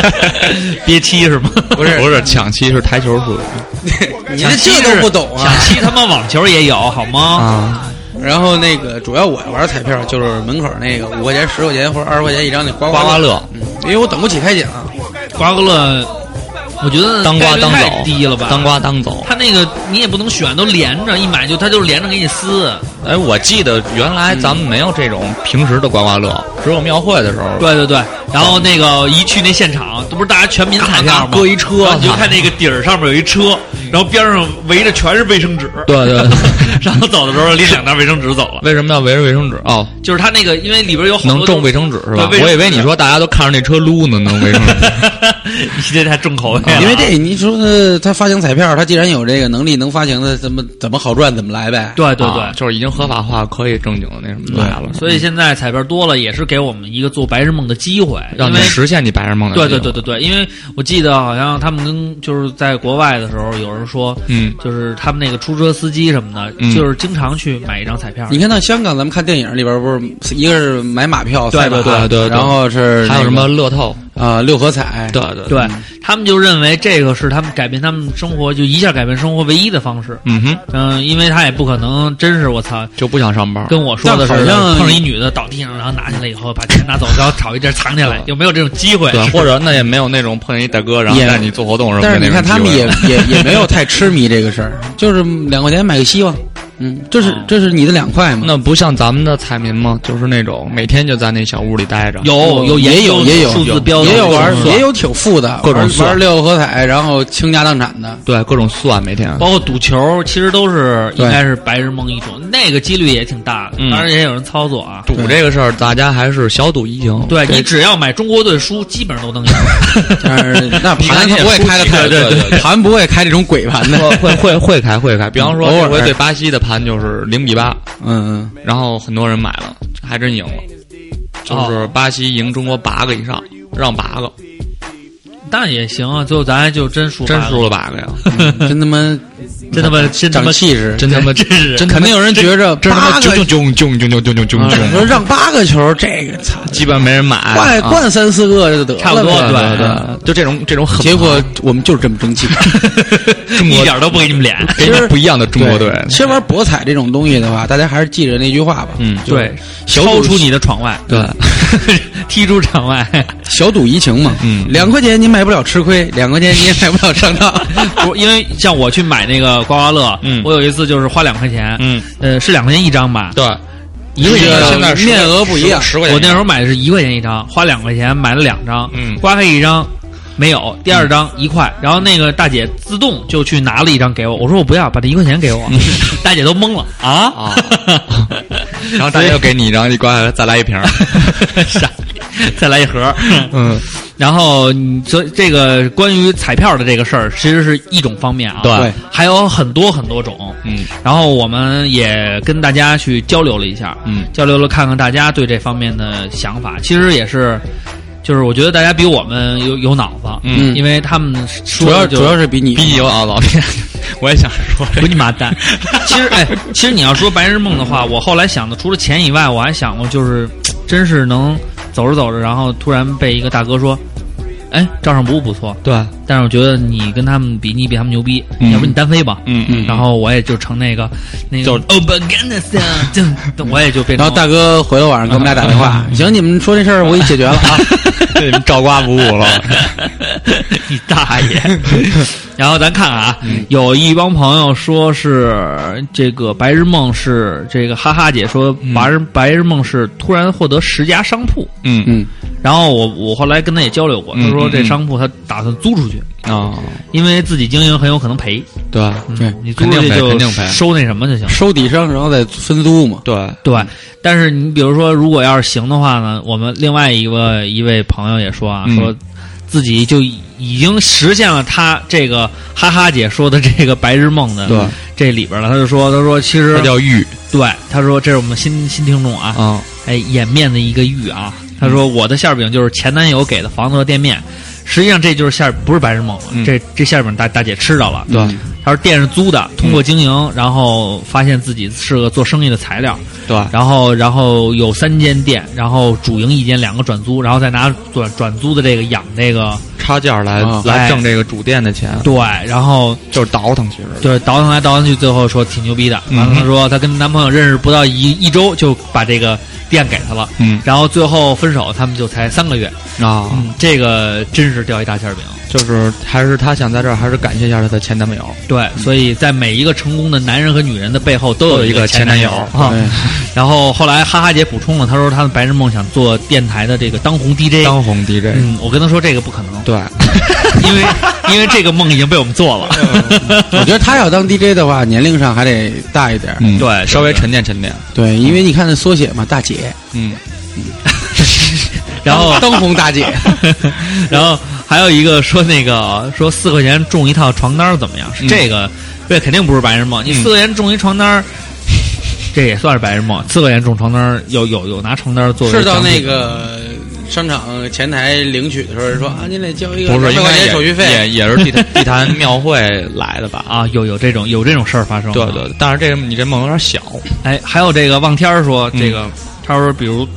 憋七是吗？
不是
不是抢七是台球数
[LAUGHS] 你这这都不懂啊
想。七他妈网球也有好吗？
啊，
然后那个主要我玩彩票就是门口那个五块钱、十块钱或者二十块钱一张那刮
刮刮
刮
乐，
嗯，因为我等不起开奖。
刮刮乐，我觉得
当
概
刮
率
当走
太，低了吧？
当刮当走。
他那个你也不能选，都连着一买就他就连着给你撕。
哎，我记得原来咱们没有这种平时的刮刮乐，只有庙会的时候。
对对对，然后那个一去那现场，这不是大家全民彩票吗？
搁一车啊
然后
嗯
你就看那个底儿上面有一车，然后边上围着全是卫生纸。
对对对
[LAUGHS] 然后走的时候拎两袋卫生纸走了。
为什么要围着卫生纸？哦，
就是他那个，因为里边有好多
能中卫生纸是吧？
对
我以为你说大家都看着那车撸呢，能卫生纸。
[LAUGHS] 你这太重口味
哎啊
了，
因为这你说呃他发行彩票，他既然有这个能力能发行的，怎么怎么好赚怎么来呗。
对对对。
啊就是已经合法化，可以正经的那什么来了。嗯
所以现在彩票多了，也是给我们一个做白日梦的机会，
让
因
你
为
实现你白日梦的
对
机
对对
会。
对对，因为我记得好像他们跟就是在国外的时候，有人说，
嗯
就是他们那个出租车司机什么的，
嗯
就是经常去买一张彩票。
你看到香港，咱们看电影里边不是一个是买马票，
对
赛马
对
对对对
然后是
还有什
那
么
个
乐透？
啊六合彩，
对对
对，他们就认为这个是他们改变他们生活，就一下改变生活唯一的方式。
嗯啊哼，
嗯、因为他也不可能真是我操。
就不想上班。
跟我说的是
但好像
碰上一女的倒地上，然后拿起来以后把钱拿走，然后找一地儿藏起来，有没有这种机会？啊
对，啊或者那也没有那种碰见一大哥，然后
也
带你做活动什么
但
的
是
那啊
你
种机会。
看他们也也也没有太痴迷这个事儿，就是两块钱买个希望，嗯，这
啊
是这是你的两块嘛？
那不像咱们的彩民吗？就是那种每天就在那小屋里待着。
有有
也
研
有
究
也有
数字标准
也有玩
是吧
也有挺富的，
各种
玩
算
玩六合彩，然后倾家荡产的。
对各种算每天。
包括赌球，其实都是
对
应该是白日梦一种，那个几率也挺大的，
嗯
当然也有人操作啊。
赌这个事儿，大家还是小赌怡 [LAUGHS] 情。
对你只要买中国队输，基本上都能赢。
[LAUGHS] 但是那盘
你看
不会开的太，
对对对对
盘不会开这种鬼盘的，
会会会会开会开，比方说
偶尔
这回对巴西的盘就是零比八，
[LAUGHS] 嗯，
然后很多人买了，还真赢了，就是巴西赢中国八个以上，让哦八个，
但也行啊，最后咱就真输
真
完
输了八个呀， [LAUGHS]
[LAUGHS] 嗯真他妈
真他妈真他妈
长气势
真他妈
对
真是
真
肯定有人觉着
这他妈
八
囧
个
囧囧囧囧囧囧囧
说
囧，
让八个球，这个操，
基本没人买，
灌
啊
灌三四个就得了呗，
差不多
对
对
对
啊就这种这种狠，
结果我们就是这么争气。
中国
一点都不给你们脸。
给你不一样的中国队，
其实玩博彩这种东西的话，大家还是记着那句话吧，
嗯，
[LAUGHS] 对，超出你的场外，
对，
[LAUGHS] 踢出场外，
小赌怡情嘛。
嗯
两块钱你买不了吃亏，两块钱你也买不了上当。
不，因为像我去买那个刮刮乐，
嗯
我有一次就是花两块钱，
嗯，
呃，是两块钱一张吧？
对，
一块钱一
这个
张
现在十块
面额不一样
十块钱，
我那时候买的是一块钱一张，花两块钱买了两张，
嗯
刮开一张没有，第二张一块，然后那个大姐自动就去拿了一张给我，我说我不要，把这一块钱给
[LAUGHS]
我，大姐都懵了啊
啊， [LAUGHS] 然后大家又给你，然后你刮下来再来一瓶儿，
[LAUGHS] 傻逼，再来一盒，
嗯，
然后你所以这个关于彩票的这个事儿，其实是一种方面啊，
对
对
还有很多很多种，
嗯，
然后我们也跟大家去交流了一下，
嗯
交流了看看大家对这方面的想法，其实也是，就是我觉得大家比我们有有脑子，
嗯
因为他们
主
说
要
的就
主要是比你
逼有啊，老天，我也想说这
滚你妈蛋！其实，哎，其实你要说白日梦的话，我后来想的，除了钱以外，我还想过，就是真是能走着走着，然后突然被一个大哥说：“哎，照上不误不错，
对，
但是我觉得你跟他们比，你比他们牛逼，
嗯
要不你单飞吧。”
嗯嗯，
然后我也就成那个那个，Oh
就
o b a g a n s 我也就变成
然后大哥回了晚上给我们俩打电话，行，你们说这事儿我给你解决了啊。
对你们照刮不误了，
[LAUGHS] 你大爷！然后咱看看啊，
嗯
有一帮朋友说是这个白日梦是这个哈哈姐说白日、白日梦是突然获得十家商铺，
嗯
嗯，
然后我我后来跟他也交流过，
嗯
他说
嗯
这
嗯
商铺他打算租出去，
啊，
因为自己经营很有可能赔，
对
嗯对
嗯你租
肯
出去
定赔
就
肯定赔
收那什么就行了。
收底商然后再分租嘛。
对，
对，但是你比如说，如果要是行的话呢，我们另外一个一位朋友也说啊，
嗯
说自己就已经实现了他这个哈哈姐说的这个白日梦的
对
这里边了。他就说，他说其实
这叫玉
对，他说这是我们新新听众啊，
[LAUGHS] 啊，
哎，掩面的一个玉啊。他说我的馅儿饼就是前男友给的房子和店面，实际上这就是馅儿不是白日梦了，
嗯
这这馅儿饼大大姐吃着了。
对，
他说店是租的，通过经营，然后发现自己是个做生意的材料。
对，
然后然后有三间店，然后主营一间，两个转租，然后再拿转转租的这个养这个
插件儿来
啊
来
哎
挣这个主店的钱，
对，然后
就是倒腾其实，
就是倒腾来倒腾去，最后说挺牛逼的。
嗯
完了，她说她跟男朋友认识不到一一周就把这个店给她了，
嗯
然后最后分手，他们就才三个月。
啊，
嗯，这个真是掉一大馅儿饼。
就是还是她想在这儿，还是感谢一下她的前男友，
对，所以在每一个成功的男人和女人的背后，都
嗯都有
有
一
一
个前
前
男
友
友嗯
啊。然后后来哈哈姐补充了，她说她的白日梦想做电台的这个当红 DJ。
当红 DJ，
嗯，我跟她说这个不可能，
对，
[LAUGHS] 因为因为这个梦已经被我们做了。
我觉得他要当 DJ 的话，年龄上还得大一点。
嗯
对
稍微
对对
沉淀沉淀，
对，因为你看那缩写嘛，大姐，
嗯，
[LAUGHS] 然
[LAUGHS]
后，
当红大姐，
[LAUGHS] 然后还有一个说那个说四块钱中一套床单儿怎么样？是
嗯
这个这肯定不是白日梦。你
嗯
四块钱中一床单儿，这也算是白日梦。四块钱中床单儿，有有有拿床单儿做
是到那个商场前台领取的时候说啊，您得交一个
不是，
200
应
块
该
钱
也
手续费。
也也是地坛地坛庙会来 [LAUGHS] 的吧？
啊，有有这种有这种事儿发生。
对对，对但是这个你这梦有点小，
哎，还有这个望天儿说这
嗯
个，他说比如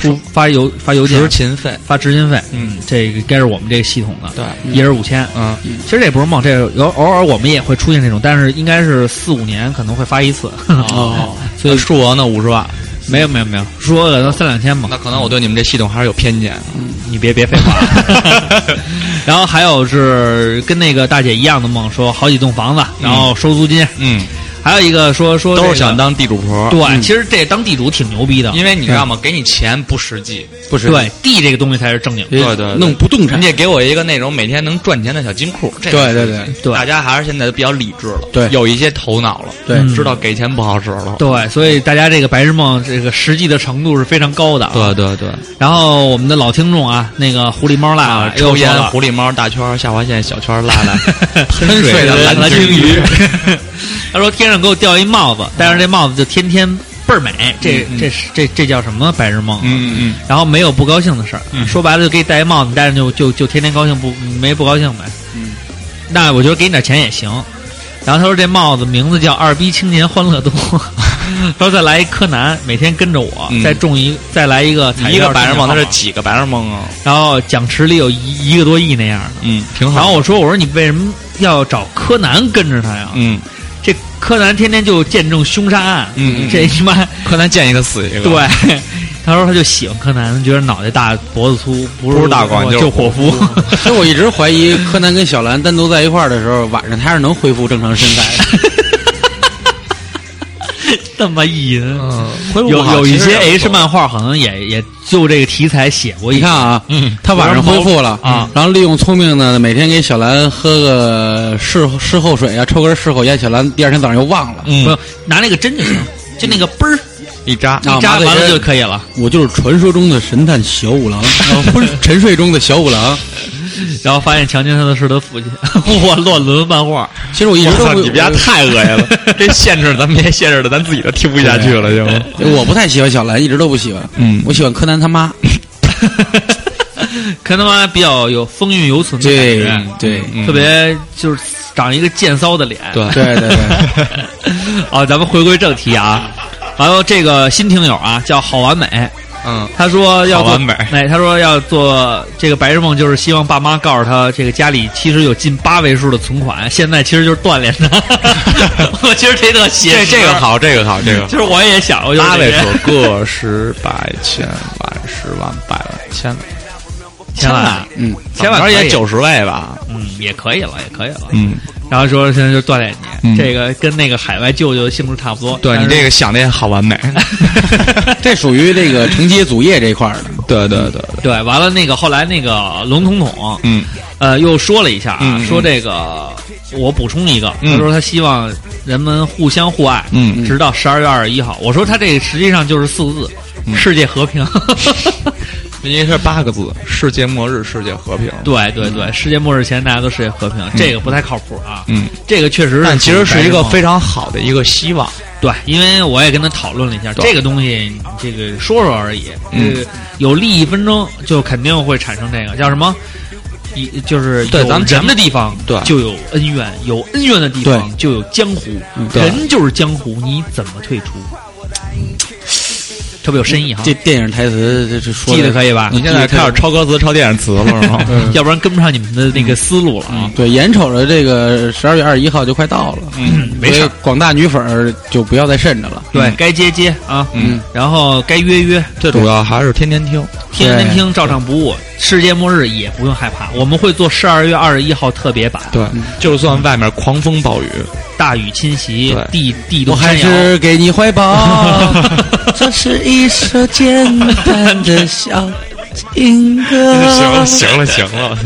突发邮发邮件
执勤费，
发执勤费，
嗯，
这个该是我们这个系统的，
对，
一人五千，啊
嗯，
其实这也不是梦，这个有偶尔我们也会出现这种，但是应该是四五年可能会发一次。 [LAUGHS]
哦，
所以
数额呢五十万，
没有没有没有，说了都三两千嘛，
那可能我对你们这系统还是有偏见，
你别别废话。 [LAUGHS] 然后还有是跟那个大姐一样的梦，说好几栋房子，然后收租金。
嗯，
还有一个说说
都
这
是
个
想当地主婆，嗯
对，其实这当地主挺牛逼的，
因为你知道吗？给你钱不实际，
不是，
对地这个东西才是正经的。
对对对
弄不动产
人，家给我一个那种每天能赚钱的小金库，这
对
个
对对
对
大家还是现在都比较理智了，
对
有一些头脑了，
对
知道给钱不好使了，
对，所以大家这个白日梦这个实际的程度是非常高的啊。
对对对，
然后我们的老听众啊，那个狐狸猫辣啊又
抽
说
烟
了
狐狸猫大圈儿下划线小圈儿 [LAUGHS] 辣辣，
喷
水的蓝
蓝
鲸鱼
鱼。他说天上给我掉一帽子，戴上这帽子就天天倍儿美，这
嗯嗯
这是这这叫什么白日梦？
嗯嗯
然后没有不高兴的事儿，
嗯
说白了就给你戴一帽子，你戴上就就就天天高兴不没不高兴呗。
嗯，
那我觉得给你点钱也行。然后他说这帽子名字叫“二逼青年欢
[LAUGHS]
乐多”，他说再来一柯南，每天跟着我，
嗯
再中一再来一个彩
一
票
个白日
中
梦，那
奖
是
号码
几个白日梦啊？
然后奖池里有一一个多亿那样的。
嗯，挺
然
好。
后我说我说你为什么要找柯南跟着他呀？
嗯，
这柯南天天就见证凶杀案，
嗯嗯
这他妈
柯南见一个死一个。，
对， [LAUGHS] 他说他就喜欢柯南，觉得脑袋大脖子粗，不
不是大光就是
就伙夫。 [LAUGHS]
其实我一直怀疑柯南跟小兰单独在一块儿的时候，晚上他是能恢复正常身材
[LAUGHS]
的。
这么意淫。
恢复
有
嗯不好
有一
其实
些
也
H 漫画好像也也就这个题材写过一
你看啊，
嗯
他晚上恢复了
嗯
嗯
啊，
然后利用聪明呢，每天给小兰喝个事事后水啊，抽根事后烟，小兰第二天早上又忘
嗯
了。
不拿那个针就行，就那个嘣儿
一扎
啊
一扎
麻醉
完了
针
就可以了。
我就是传说中的神探小五
[LAUGHS]
郎，啊不是沉睡中的小五郎。
然后发现强奸他的是他父亲， [LAUGHS] 我乱伦漫画。
其实我一直
我
都
操，
不
你们家太恶心了！这限制咱们别限制的，咱自己都听不下去了，就。
我不太喜欢小兰，一直都不喜欢。
嗯
我喜欢柯南他妈。
[LAUGHS] 可能他妈比较有风韵犹存的感
对
觉，
对
嗯
特别就是长一个贱骚的脸。
对
对
[LAUGHS]
对对，
啊，咱们回归正题啊。然后这个新听友啊，叫好完美，
嗯，
他说要
好
做
完美
哎，他说要做这个白日梦，就是希望爸妈告诉他，这个家里其实有近八位数的存款，现在其实就是锻炼
[LAUGHS]
的。 [LAUGHS] 我其实这特写
这
实
这个，好，这个好，这个
其实我也想过，就是
八
这
位
些
数，个十百千万十万百万千万，
千万，
嗯，
千万
而
可
且
以
九十位吧。
嗯，也可以了，也可以了。
嗯，
然后说现在就锻炼你，
嗯
这个跟那个海外舅舅性质差不多。
对你
但是
这个想的也好完美。
这属于这个承接祖业这一块儿的。
对对对，
[LAUGHS] 对，完了那个后来那个龙统统，
嗯，
呃，又说了一下啊，
嗯嗯
说这个我补充一个，
嗯
他说他希望人们互相互爱，
嗯
直到十二月二十一号。我说他这实际上就是四个字：
嗯
世界和
[LAUGHS]
平。
应该是八个字：世界末日，世界和平。
对对对，世界末日前大家都世界和平，这个不太靠谱啊。
嗯，
这个确实
但
是，
其实是一个非常好的一个希望。
对，因为我也跟他讨论了一下这个东西，这个说说而已。
嗯
这个有利益纷争，就肯定会产生这个叫什么？一就是
对
有
咱们前
人的地方，
对
就有恩怨；有恩怨的地方，
对
就有江湖。
嗯对
人就是江湖，你怎么退出？特别有深意哈，
这电影台词这这说
啊记得
的嗯
可以吧
啊你？现在开始抄歌词、抄电影词了 [LAUGHS] 是吗？
嗯要不然跟不上你们的那个思路了啊。
对，嗯眼瞅着这个十二月二十一号就快到了，
嗯，
没事
所
儿
以广大女粉儿就不要再慎着了。
对该接接啊，
嗯，
然后该约约，
最主要还是天天听。
天天听照常不误，世界末日也不用害怕，我们会做十二月二十一号特别版，
对，就算外面狂
[LAUGHS]
风暴雨，
大雨侵袭
对，
地地
我
动
还
山摇。
是给你怀抱，
[LAUGHS]
这是一首简单的小情歌。
行了，行了。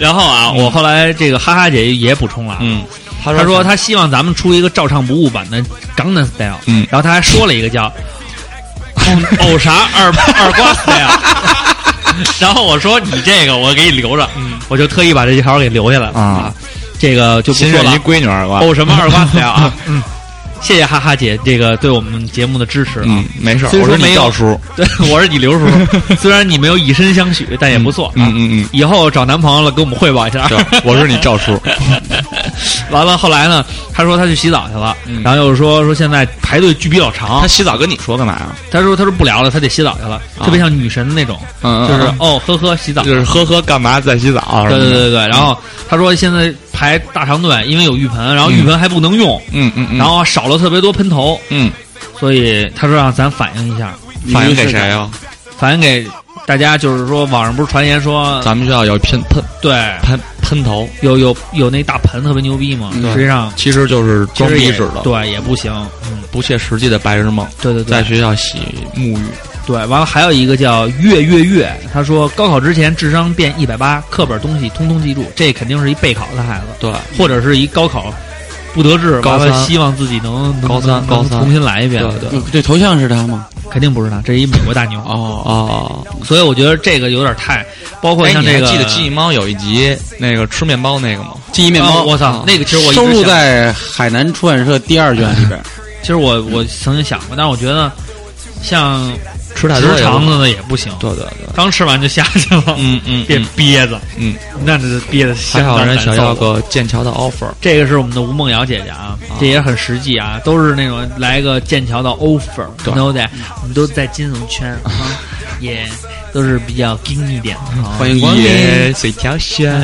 然后啊，我后来这个哈哈姐也补充了，啊
嗯，他
她说她希望咱们出一个照唱不误版的《港南 Style》，
嗯
然后她还说了一个叫“偶偶啥 [LAUGHS] 二二瓜 Style”。然 [LAUGHS] 后我说你这个我给你留着，我就特意把这条给留下来了
啊。
这个就不
新
说
任
了
一，闺女儿吧？
哦，什么二瓜子呀 [LAUGHS] 啊！嗯，谢谢哈哈姐这个对我们节目的支持啊。
[LAUGHS] 嗯，没事儿，
虽
我
说
是
没
你
有啊
赵叔。
对， [LAUGHS] 我是你刘 [LAUGHS] 叔，虽然你没有以身相许，但也不错啊。
嗯嗯嗯
以后找男朋友了，给我们汇报一下。
对，我是你赵叔。
[LAUGHS] 完了，后来呢，他说他去洗澡去了，然后又说说现在排队距比较长
他，洗澡跟你说干嘛呀？
他说他说不聊了，他得洗澡去了，特别像女神的那种，
嗯嗯
啊就是嗯
嗯
哦呵呵洗澡，
就是呵呵，干嘛在洗澡？啊
对对对，对对。然后他说现在排大长队，因为有浴盆，然后浴盆还不能用，
嗯嗯嗯。
然后少了特别多喷头，
嗯，
所以他说让咱反映一下，
反映给谁啊？
反正给大家就是说，网上不是传言说，
咱们学校有喷喷
对，
喷喷头，
有有有那大盆特别牛逼嘛，
嗯
实际上
其实就是
其
装
实
逼
也
似的，
对，也不行，嗯，
不切实际的白日梦，
对对对
在，学校洗沐浴。
对，完了还有一个叫月月月，他说高考之前智商变一百八，课本东西通通记住，这肯定是一备考的孩子，
对，
或者是一高考不得志，
高
完了
三
希望自己能能
高三
能
高三
重新来一遍，
对对
这这头像是他吗？
肯定不是他，这是一美国大牛，
哦，
哦，
所以我觉得这个有点太，包括
哎，
像
你还
这个
记得记忆猫有一集那个吃面包那个吗？
记忆面包，
哦我操那个其实我一直
收录
想
在海南出版社第二卷里边。
其实我我曾经想过，但是我觉得像
吃太多
直
也
肠子呢也不行，
对对对，
刚吃完就下去了， [LAUGHS]
嗯嗯
别憋着，
嗯，
那这憋的
还
相
好
当
人
难
想
受
要
了。
个剑桥的 offer，
这个是我们的吴梦瑶姐姐啊，这也很实际啊，都是那种来个剑桥的 offer，
对
都得，我们都在金融圈啊，
[LAUGHS]
也都是比较精一点的啊。
欢迎光临。
也水条轩，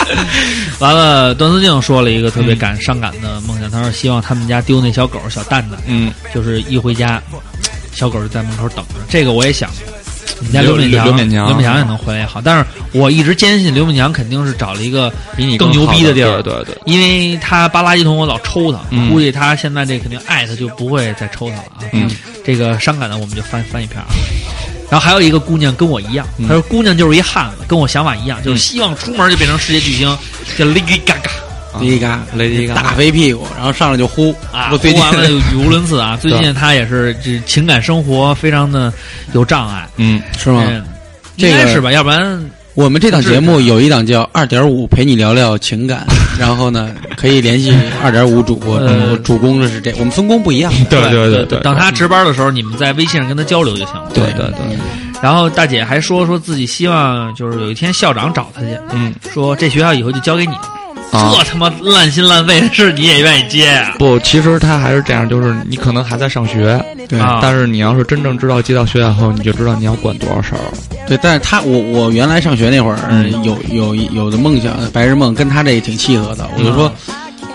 [LAUGHS] 完了，段思静说了一个特别感伤感的梦想，他说希望他们家丢那小狗小蛋蛋，
嗯，
就是一回家，小狗就在门口等着。这个我也想，你家
刘
刘勉强，
刘勉强
刘勉强也能回来也好，但是我一直坚信刘勉强肯定是找了一个
比你
更牛
好
逼
的
地儿，
对对对，
因为他扒垃圾桶，我老抽他，
嗯
估计他现在这肯定艾特就不会再抽他了啊。
嗯，
这个伤感的我们就翻翻一篇啊。然后还有一个姑娘跟我一样，
嗯
她说姑娘就是一汉子，跟我想法一样，就是希望出门就变成世界巨星，叫 Lady Gaga
第一嘎，
Lady Gaga
大肥屁股，然后上来就呼
啊，
我最近
说完了语无伦次
[LAUGHS]
啊。最近她也是这情感生活非常的有障碍，
嗯，
[LAUGHS] 是吗？
嗯，
这
应
个
该是吧，要不然
我们这档节目有一档叫《二点五陪你聊聊
[LAUGHS]
情感》，然后呢，可以联系二点五主播，
呃
我主攻的是这，我们分工不一样。
对对对对，
等她值班的时候，你们在微信上跟她交流就行了。
对对
嗯
对，
然后大姐还说说自己希望就是有一天校长找她去，
嗯
说这学校以后就交给你，
啊
这他妈烂心烂肺的事你也愿意接啊？
不，其实他还是这样，就是你可能还在上学，
对
啊
但是你要是真正知道接到学校后，你就知道你要管多少事儿了。
对，但是他我我原来上学那会儿、
嗯
有有有的梦想白日梦跟他这也挺契合的，
嗯
我就说、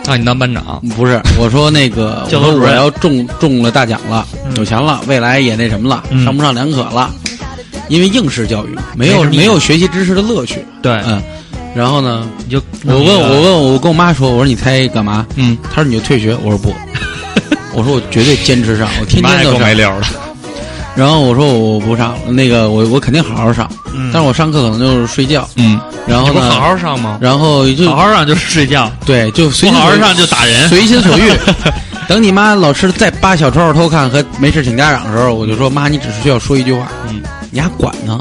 让你当班长，
不是，我说那个我
教导
说
主
我
任
要中中了大奖了，有钱了，未来也那什么了，
嗯
上不上两可了，因为应试教育
没
没有
什么意义哎
没有学习知识的乐趣，
对
嗯，然后呢，
你就
我问我问我跟我妈说，我说你猜干嘛？
嗯，
她说你就退学，我说不，我说我绝对坚持上，我天
妈
天
也
都
够没
上。
溜儿的。
然后我说我不上，那个我我肯定好好上，
嗯
但是我上课可能就是睡觉，
嗯，
然
你
后
不
呢，
好好上吗？
然后就
好好上就是睡觉，
对就随
不
心
好好
所欲
上就打人。
随心所欲。等你妈老师再扒小抄偷看和没事请家长的时候，我就说妈，你只是需要说一句话，嗯，你还管呢？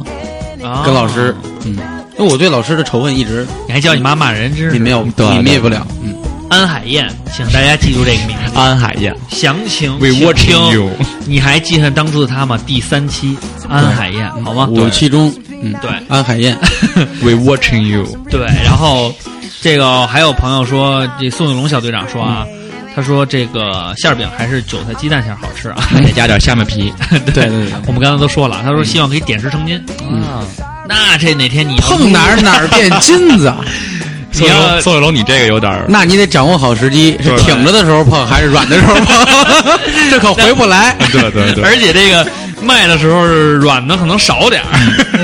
啊
跟老师，嗯，因为我对老师的仇恨一直
哦你还教你妈骂人，真
泯
是。
灭不
对啊
泯灭不了，嗯，
安海燕，请大家记住这个名字。
安海燕
详情
，We
请
watching
听。
you。
你还记恨当初的他吗？第三期安海燕，好吗？
武器中，嗯，
啊对
安海燕，
We watching you，
对，然后这个还有朋友说，这宋玉龙小队长说啊，他说这个馅儿饼还是韭菜鸡蛋馅儿好吃啊。
还得加点下面皮。
[LAUGHS] 对对对，
我们刚才都说了，他说希望可以点石成金。
嗯，
那这哪天你要
碰哪儿哪儿变金子，
[LAUGHS] 你
宋雨
要
龙，宋雨 [LAUGHS] 龙，你这个有点儿
[LAUGHS] 那你得掌握好时机，是挺着的时候碰还是软的时候 [LAUGHS] 碰，这可回不来。
对对 [LAUGHS] 对，
[LAUGHS] 而且这个卖的时候是软的可能少点
[LAUGHS]
儿，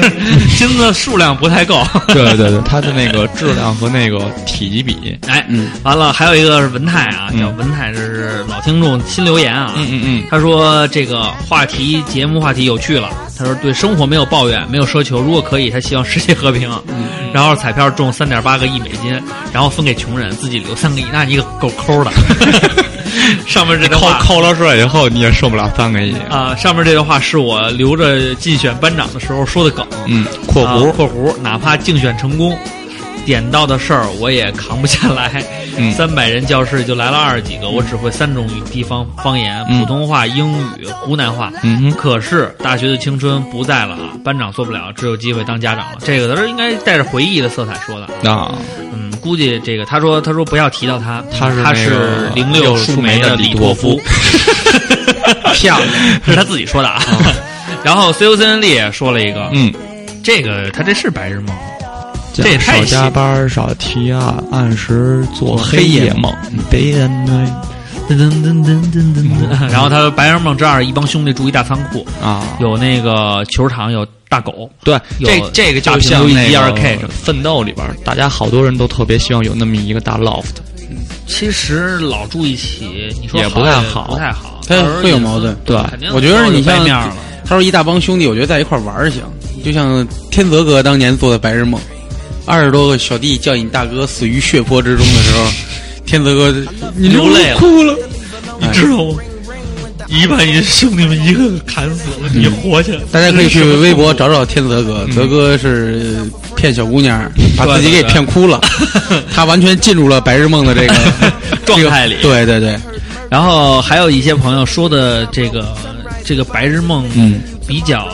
[LAUGHS] 金子数量不太够。
对对对，它的那个质量和那个体积比，
哎，
嗯
完了，还有一个是文泰啊，
嗯
叫文泰，这是老听众新留言啊。
嗯嗯
他说这个话题节目话题有趣了，他说对生活没有抱怨，没有奢求，如果可以，他希望世界和平。
嗯
然后彩票中三点八个亿美金，然后分给穷人，自己留三个亿，那你可够
[LAUGHS]
抠的。上面这
嗯，
段
扣
话
扣了税以后你也受不了三个亿。
啊，上面这段话是我留着竞选班长的时候说的梗。
嗯，括
啊
弧
括弧，哪怕竞选成功，点到的事儿我也扛不下来。
嗯
三百人教室就来了二十几个，我只会三种语地方方言：
嗯
普通话、英语、湖南话。
嗯哼
可是大学的青春不在了啊，班长做不了，只有机会当家长了。这个他说应该带着回忆的色彩说的。
啊，
嗯，估计这个他说他说不要提到他，
他是
他
那
是
个
零六
树
梅
莓的
李
李
托
托 [LAUGHS] 夫，
漂亮，这是他自己说的啊。 [LAUGHS] 然后 C O C N 丽也说了一个，
哦嗯，
这个他这是白日梦啊吗。这也太
少加班，少提案，按时做黑夜梦。别人呢
噔噔噔噔噔噔
嗯
噔。然后他《白日梦之二》，一帮兄弟住一大仓库，
啊，
有那个球场，有大狗，
对，
有
这这个
大
就
屏
像
幕
那
一
个
二 K 什么。
奋斗里边儿，大家好多人都特别希望有那么一个大 loft，
其实老住一起，你说
也
好
不太
也
好
不太好，
他会有矛盾
对
肯
我觉得你像
面了。
他说一大帮兄弟，我觉得在一块儿玩儿行，就像天泽哥当年做的白日梦，二十多个小弟叫你大哥死于血泊之中的时候，天泽哥你
流泪了
哭了，
你知道吗？你把你兄弟们一个个砍死了，你活下来。
大家可以去微博找找天泽哥，
嗯
[LAUGHS] 泽哥是骗小姑娘，把自己给骗哭
[LAUGHS]
了，他完全进入了白日梦的这个
状态里
这个对对对，
然后还有一些朋友说的这个这个白日梦，
嗯，
比较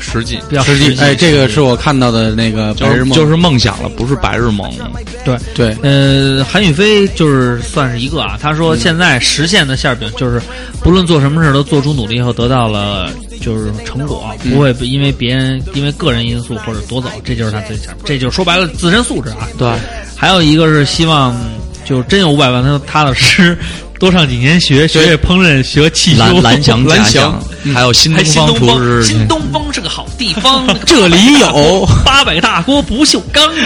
实际
比较
实际，哎，这个
是。
是我看到的那个
就
白日
是
梦，
就是梦想了，不是白日梦。
对
对
呃，韩宇飞就是算是一个啊。他说现在实现的馅饼就是，不论做什么事都做出努力以后得到了就是成果，不会因为别人因为个人因素或者夺走，这就是他最想，这就是说白了自身素质啊。
对，
还有一个是希望就真有五百万，他踏踏实实多上几年学，学学烹饪，学汽修
蓝， [LAUGHS] 蓝翔
蓝
家
翔
乡。，还有新
还
东
新
方
东
厨
方，
师，
新东方是个哦好地 [LAUGHS] 方，
这里有，
八百大锅不锈钢。 [LAUGHS]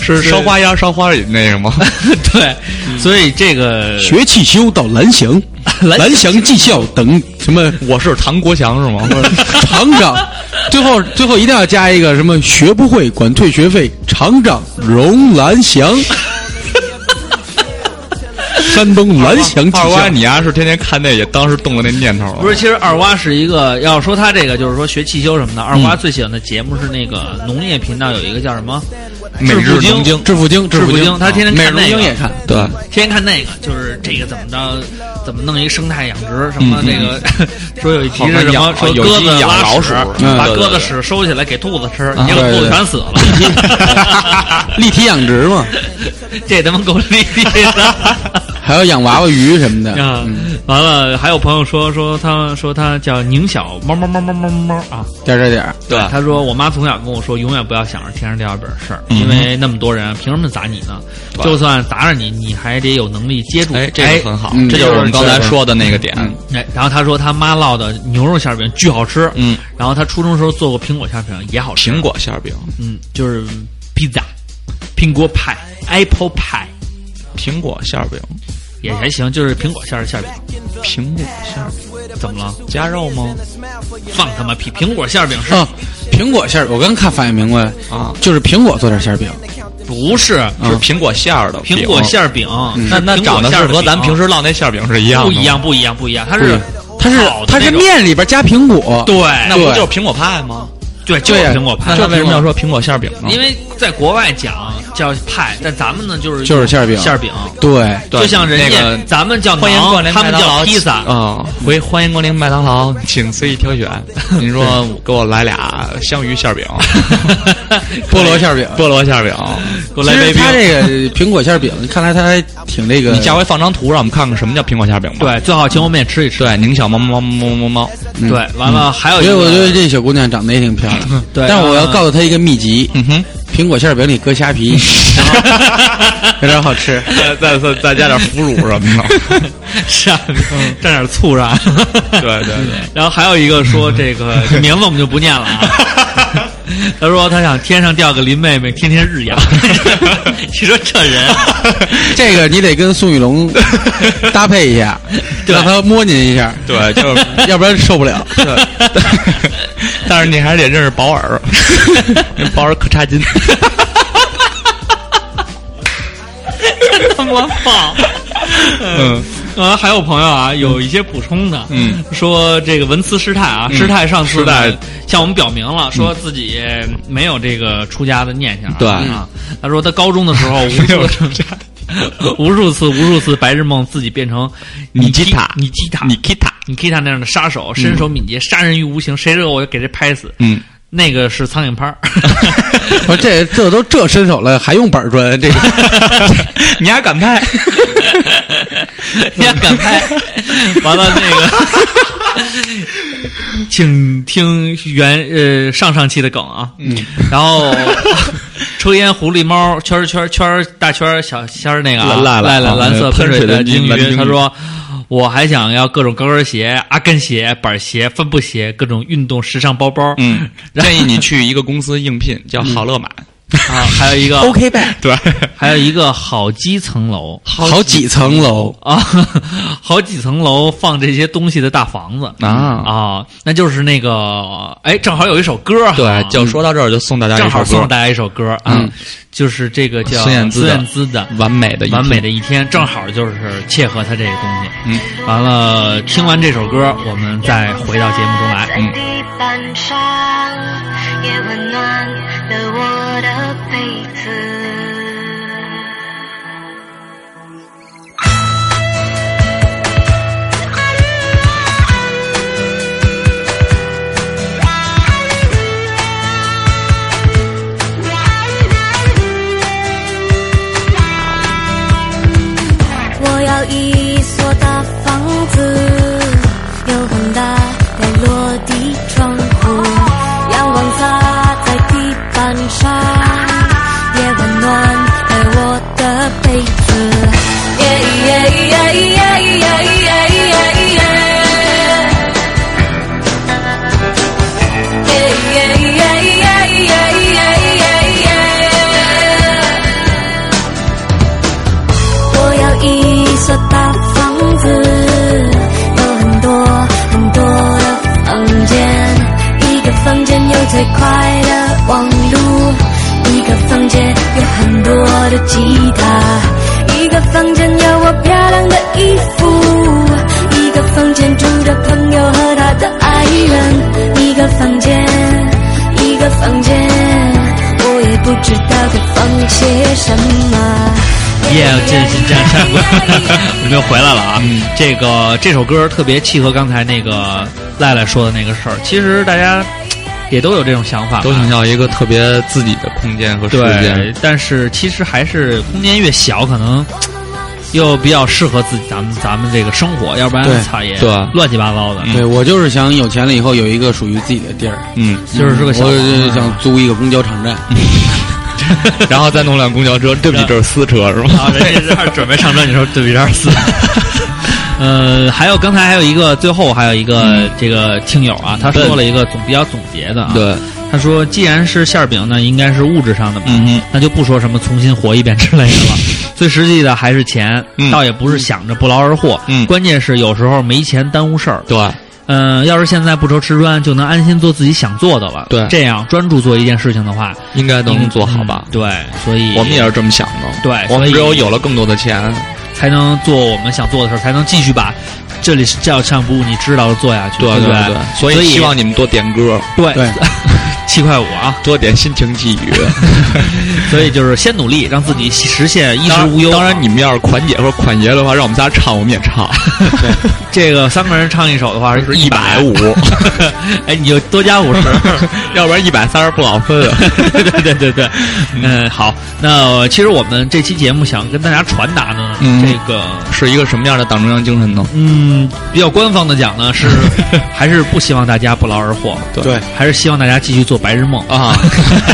是烧花鸭、烧花那个 [LAUGHS] 吗？
[LAUGHS] 对，
嗯
所以这个
[LAUGHS] 学汽修到蓝翔，蓝翔技校等什么
我是唐国强是吗？
厂长，最后最后一定要加一个什么学不会管退学费，厂长荣蓝 [LAUGHS] 翔，山东蓝翔技
二
校
瓜，。你丫是天天看那，也当时动了那念头
不是，其实二瓜是一个，要说他这个就是说学汽修什么的，二
嗯
瓜最喜欢的节目是那个农业频道有一个叫什么《
每日
致富
农经，
致富经，
致
富
富经，他天天
啊美
看
容
那
经
个，
也看，
对，
天天看那个，就是这个怎么着，怎么弄一生态养殖，什么这个 [LAUGHS] 说有一集
嗯
是
好像
什么
养
说
有
鸽
一
子
养
拉
老
屎
鼠，
嗯
把
对对
鸽子
对
屎收起来给兔子吃，
啊
结果兔
对对
子
对
全死了。 [LAUGHS]
立体养殖嘛，
这他妈够厉
[LAUGHS]
害的！
还有养娃娃鱼什么的，嗯
啊，
嗯
完了，还有朋友说说他说他叫宁小猫猫猫猫猫猫啊，
点儿点儿点儿，
对
他说我妈从小跟我说，永远不要想着天上掉一本事
嗯
儿，因为那么多人凭什么砸你呢？就算砸着你，你还得有能力接住。
哎，这个很好
嗯，
这就是我们刚才说的那个嗯点。
哎，然后他说他妈烙的牛肉馅饼巨好吃，
嗯，
然后他初中时候做过苹果馅饼也好吃，
苹果馅饼，
嗯，就是 pizza，苹果派 apple pie
苹果馅饼，
也还行，就是苹果馅儿的馅饼，
苹果馅饼
怎么了？
加肉吗？哦
放他妈屁！苹果馅饼是
啊，苹果馅儿，我刚看反应明白了
啊，
就是苹果做点馅儿饼，
不是
是苹果馅儿的饼
苹果，馅饼？
那嗯那
苹果
长得
馅儿
是
的
和咱
饼
平时烙那馅饼是啊一样
不
的，
一样，。不一样，不一样，它
不
是
是它是
烤的
它是
那种
面里边加苹果，
对，
那不
对
就是苹果派吗？
对，就
对
是
呀
苹果派
那。他为什么要说苹果馅饼呢？
因为在国外讲叫派，但咱们呢就是
就是馅儿饼
馅儿饼，
对，
对
就像人家、
那个
咱们叫
欢迎光
馕，
临
他
麦
们
当劳
叫披萨。
啊！回欢迎光临麦当劳，请随意挑选。 [LAUGHS] 您说给我来俩香鱼馅饼，
菠萝馅儿饼。
[LAUGHS] 菠萝馅饼，给我来
其
杯
实它
冰。
这个苹果馅儿饼，看来它还挺这个。
你下回放张图，让我们看看什么叫苹果馅饼吧。
对，最好请我们也吃一吃。
对，宁小猫猫猫猫猫猫，
对，完了还有一
因为
个，
我觉得这小姑娘长得也挺漂亮，
对
但是我要
呃
告诉她一个秘籍：
嗯哼，
苹果馅儿饼里搁虾皮，
[LAUGHS]
有点好吃。
[LAUGHS] 再再再再加点腐乳什 [LAUGHS] 么的。
是啊，蘸点醋是吧？
对对对。
然后还有一个说这个名字我们就不念了啊。他说他想天上掉个林妹妹，天天日养。 [LAUGHS] 你说这人，
这个你得跟宋雨龙搭配一下，让他摸您一下，
对， [LAUGHS] 就是
要不然受不了。
但是你还得认识保尔，因为保尔可差劲。
[LAUGHS] 他妈棒！
嗯，
呃，还有朋友啊，有一些补充的，
嗯，
说这个文词师太啊，师太上次
师太
呢向我们表明了，说自己没有这个出家的念想啊，
嗯对
啊，他说他高中的时候无数次， [LAUGHS] 无数次无数次白日梦自己变成
尼基塔
尼基塔、
你 Kita，
尼基塔那样的杀手，身手敏捷，杀人于无形，谁惹我就给谁拍死，
嗯，
那个是苍蝇拍
[LAUGHS]
儿，
我说这这都这身手了，还用板砖？这个
你还敢
[LAUGHS]
拍？
你要敢拍， [LAUGHS] 完了那个，请听原呃上上期的梗啊，嗯，然后 [LAUGHS] 抽烟狐狸猫圈儿圈儿圈儿大圈儿小仙儿那个啊，蓝
蓝
蓝
蓝蓝
蓝色
喷
水
水的
鲸
鲸蓝鲸
鱼，
鱼
他说。我还想要各种高跟鞋、阿根鞋、板鞋、帆布鞋，各种运动时尚包包。
嗯，建议你去一个公司应聘，叫好乐满。
啊，还有一个
[LAUGHS] OK 呗，
对，
还有一个好基层楼，
好几层楼，
啊， [LAUGHS] 好几层楼放这些东西的大房子
啊
啊，那就是那个哎，正好有一首歌啊，
对，就说到这儿，就送大家
正
一首
好送
歌，
大家一首歌啊，
嗯
就是这个叫
孙燕姿的嗯
燕姿的
完美的一
完美
天
的一天》，正好就是切合他这个东西。
嗯，
完了，听完这首歌，我们再回到节目中来。
在
嗯
地板上，也温暖了我的被子。
吉他，一个房间有我漂亮的衣服，一个房间住着朋友和他的爱人，一个房间，一个房间，我也不知道该放些什么。
耶、这是这样 [LAUGHS] 唱歌，我们又回来了啊！
嗯
这个这首歌特别契合刚才那个赖赖说的那个事儿。其实大家也都有这种想法吧，
都想要一个特别自己的空间和时
对
间。，
但是其实还是空间越小，可能又比较适合自己咱们咱们这个生活，要不
对
然操也
对
乱七八糟的。
对我就是想有钱了以后有一个属于自己的地儿，
嗯，
就是这个小
我
房
就
子
想租一个公交场站，
然后再弄辆公交车。对不起，这是私车是
啊
吗，？
人家这儿准备上车，你说对比这儿死。 [LAUGHS] 呃，还有刚才还有一个，最后还有一个、这个听友啊，他说了一个总比较总结的啊，
嗯 [LAUGHS] 对，
他说既然是馅儿饼，那应该是物质上的嘛，
嗯哼，
那就不说什么重新活一遍之类的
[LAUGHS]
了。最实际的还是钱，
嗯
倒也不是想着不劳而获，
嗯
关键是有时候没钱耽误事儿，
对，
嗯，要是现在不愁吃穿，就能安心做自己想做的了，
对
这样专注做一件事情的话，
应该都能做好吧
嗯？对，所以
我们也是这么想的。
对
我
所
们
以
只有有了更多的钱，
才能做我们想做的事儿，才能继续把这里是叫上不你知道的做下去，
对啊
不
对对，
所
所以希望你们多点歌，
对 [LAUGHS]
对
七块五啊，
多点心情寄 [LAUGHS] 语。
所以就是先努力，让自己实现衣食无忧。
当然，你们要是款姐或者款爷的话，让我们仨唱，我们也 [LAUGHS] 唱。
这个三个人唱一首的话是
一
百
百五，
[LAUGHS] 哎，你就多加五十。
[LAUGHS] 要不然一百三十不好分啊。
[LAUGHS] 对对对对对，嗯，好，那呃其实我们这期节目想跟大家传达呢，
嗯
这个
是一个什么样的党中央精神呢？
嗯，比较官方的讲呢，
[LAUGHS]
是还是不希望大家不劳而获，对
对，
还是希望大家继续做白日梦
[LAUGHS] 啊，
[LAUGHS]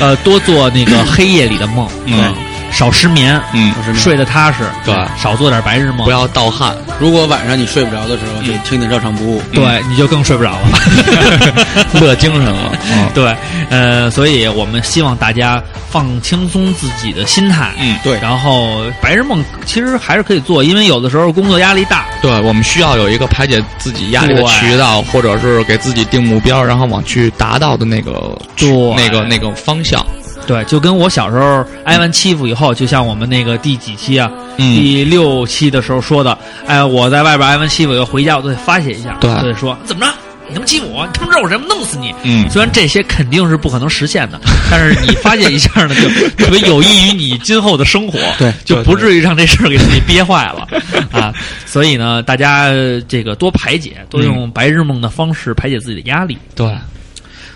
呃，多做那个黑夜里的梦，
嗯，
少失眠，
嗯
睡得踏实，嗯
对
少做点白日梦，
不要盗汗。
如果晚上你睡不着的时候，就听听照常不误。
对，你就更睡不着了，
乐精神了嗯
对，呃，所以我们希望大家放轻松自己的心态，
嗯
对
然后白日梦其实还是可以做，因为有的时候工作压力大，
对，我们需要有一个排解自己压力的
对
渠道，或者是给自己定目标，然后往去达到的那个
对
那个那个方向。
对，就跟我小时候挨完欺负以后，就像我们那个第几期啊，
嗯
第六期的时候说的，哎，我在外边挨完欺负以后回家，我都得发泄一下，
对
我得说怎么着。你他妈欺负我！你他妈知道我什么弄死你！
嗯
虽然这些肯定是不可能实现的，但是你发泄一下呢，就
[LAUGHS]
特别有益于你今后的生活。
对
就不至于让这事儿给自己憋坏了啊。所以呢，大家呃这个多排解，多用白日梦的方式排解自己的压力。
嗯对，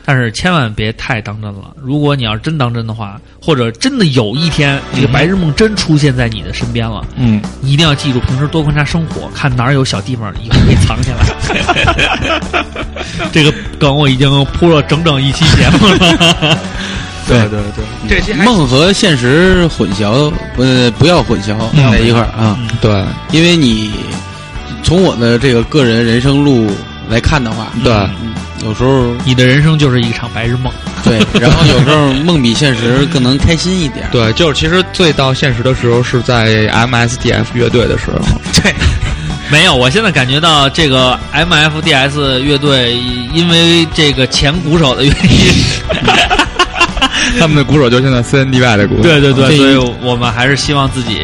但是千万别太当真了。如果你要是真当真的话，或者真的有一天这个白日梦真出现在你的身边了，
嗯，
你一定要记住平时多观察生活，看哪儿有小地方，以后给藏起来。这个梗我已经铺了整整一期节目了。
对对对，这
嗯
些梦和现实混淆，呃，不要混淆
嗯
在一块儿啊，
对
因为你从我的这个个人人生路来看的话，
对，
嗯，有时候
你的人生就是一场白日梦。
对，然后有时候梦比现实更能开心一点儿。
对，就是其实最到现实的时候是在 MSDF 乐队的时候，
没有，我现在感觉到这个 MFDS 乐队因为这个前鼓手的原因，
他们的鼓手就现在 CNDY 的鼓手。
对对
这
对，
一
所以我们还是希望自己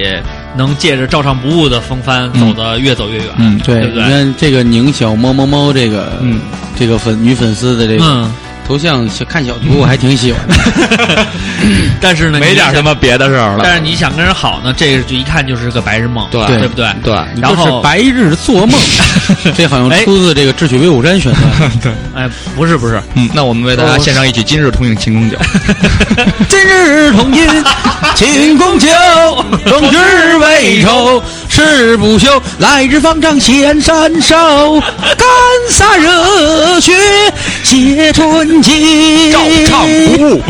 能借着照唱不误的风帆走得越走越远。
嗯
对，
对不
你
对
看这个宁小猫猫猫这个，
嗯，
这个粉女粉丝的这个
嗯，
头像，小看小图我还挺喜欢的。
但是呢，
没点
你
什么别的事儿了。
但是你想跟人好呢，这个就一看就是个白日梦，
对
对不对？
对，
你
然
就是
后
白日做梦， [LAUGHS] 哎这好像出自这个《智取威虎山》选 [LAUGHS] 段。
哎，不是不是，
嗯，那我们为大家献上一曲《今日同饮庆功酒》。
今日同 [LAUGHS] 饮庆功酒，壮志未 [LAUGHS] 酬誓不休。来日方长显山 [LAUGHS] 烧，干洒热血写传奇。
照唱不误。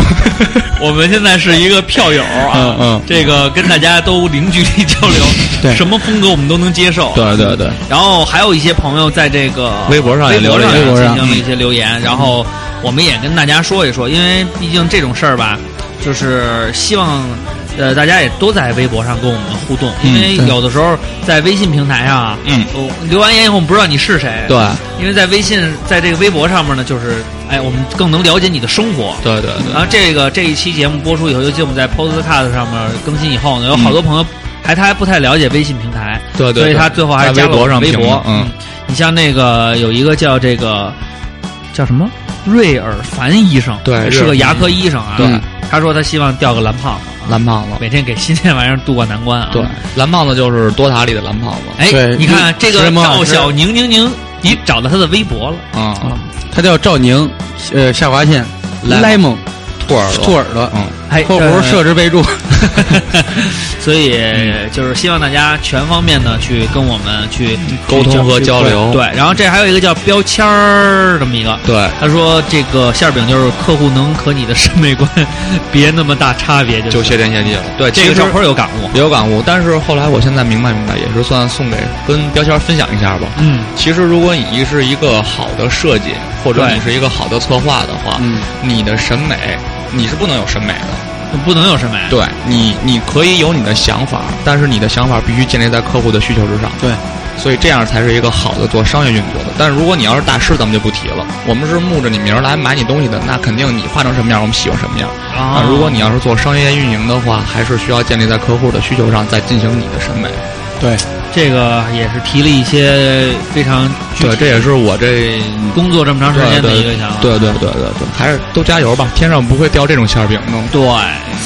我们现在是一个票友啊
嗯，嗯
这个跟大家都零距离交流，
对
什么风格我们都能接受，
[LAUGHS] 对对对，
然后还有一些朋友在这个
微博上也
微博
留了
也
微博
进
上
行了一些留言，然后我们也跟大家说一说，因为毕竟这种事儿吧，就是希望呃，大家也多在微博上跟我们互动，因
嗯
为
对
有的时候在微信平台上啊，
嗯
我留完言以后我们不知道你是谁，
对，
因为在微信在这个微博上面呢，就是哎，我们更能了解你的生活。
对对对，
然后这个这一期节目播出以后，尤其我们在 Podcast 上面更新以后呢，有好多朋友还他还不太了解微信平台，
对对
所以
对
他最后还是
在
加
微
了我
博
们
上
微
评
博
论，嗯，
你像那个有一个叫这个叫什么瑞尔凡医生，
对
是
瑞
个
尔
牙科医生啊，
对，
他说他希望钓个蓝胖子，
嗯
啊
蓝胖子，
每天给新鲜玩意儿渡过难关啊，
对，嗯蓝胖子就是多塔里的蓝胖子，
哎
对，
你看这个
时髦老
啊
赵
师
小宁宁宁，你找到他的微博了，
嗯，
他叫赵宁，呃，下划线
Lemon
lemon 哦
兔耳朵，
兔耳朵，
嗯，
哎，
括弧设置备注。
呃， [LAUGHS] 所以
嗯
就是希望大家全方面的去跟我们去
沟通
去
和
去
交流
对，然后这还有一个叫标签儿这么一个，
对，
他说这个馅儿饼就是客户能和你的审美观别那么大差别就
就
行
谢天谢地了。对，
这个
其实
小坡有感悟，
也有感悟，但是后来我现在明白明白，也是算送给跟标签分享一下吧。
嗯，
其实如果你是一个好的设计，或者
对
你是一个好的策划的话，
嗯
你的审美你是不能有审美的。
不能有审 [LAUGHS] 美，啊
对你，你可以有你的想法，但是你的想法必须建立在客户的需求之上。
对，
所以这样才是一个好的做商业运作的。但是如果你要是大师，咱们就不提了。我们是慕着你名儿来买你东西的，那肯定你画成什么样，我们喜欢什么样。
啊
那如果你要是做商业运营的话，还是需要建立在客户的需求上，再进行你的审美。
对，
这个也是提了一些非常具
对，
体
这也是我这
工作这么长时间的一个想法，
对对对对对，还是都加油吧，天上不会掉这种馅儿饼的，
对，